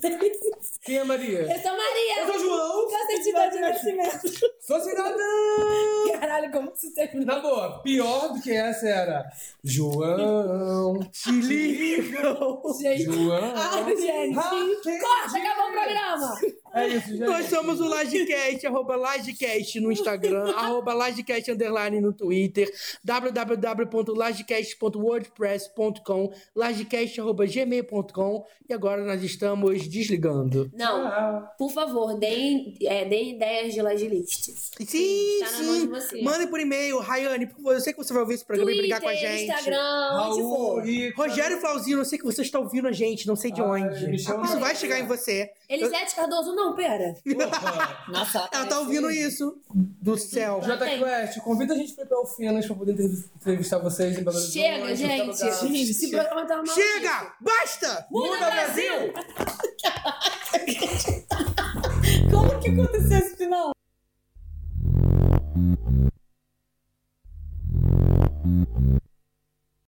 D: Quem é Maria?
B: sou Maria!
D: Eu sou João.
B: Com certidão de nascimento.
D: Sou cidadão!
B: Caralho, como que isso terminou?
D: Na boa, pior do que essa era João,
C: Te ligam.
B: Gente,
D: João. Ah!
B: ai, gente.
C: Ah,
D: Rapidinho.
B: Corta, acabou o programa!
D: É isso, gente.
C: Nós somos o LajeCast, arroba LajeCast no Instagram, arroba LajeCast underline no Twitter, www.lagecast.wordpress.com, lagecast arroba gmail.com e agora nós estamos desligando.
B: Não, por favor, deem, é, deem ideias de logilist.
C: E Sim,
B: tá na mão de
C: sim,
B: vocês.
C: mandem por e-mail, Rayane, por favor, eu sei que você vai ouvir esse programa e brigar com a gente.
B: Instagram, onde
D: Raul,
B: for.
D: Rica.
C: Rogério Flauzino, eu sei que você está ouvindo a gente, não sei de
D: Ai,
C: onde.
D: me chama
C: Isso
D: de-
C: vai chegar em você.
B: Elisete Cardoso, não, pera.
D: Porra.
E: Nossa,
C: Ela tá ouvindo isso do céu.
D: Jota Quest, convida a gente pra ir pra Alfinas pra poder entrev- entrevistar vocês em Belo Horizonte,
B: Chega,
D: em qualquer
B: gente.
D: lugar.
B: Esse programa tá uma
C: Chega! Basta!
D: Muda Brasil!
E: Como que aconteceu esse final?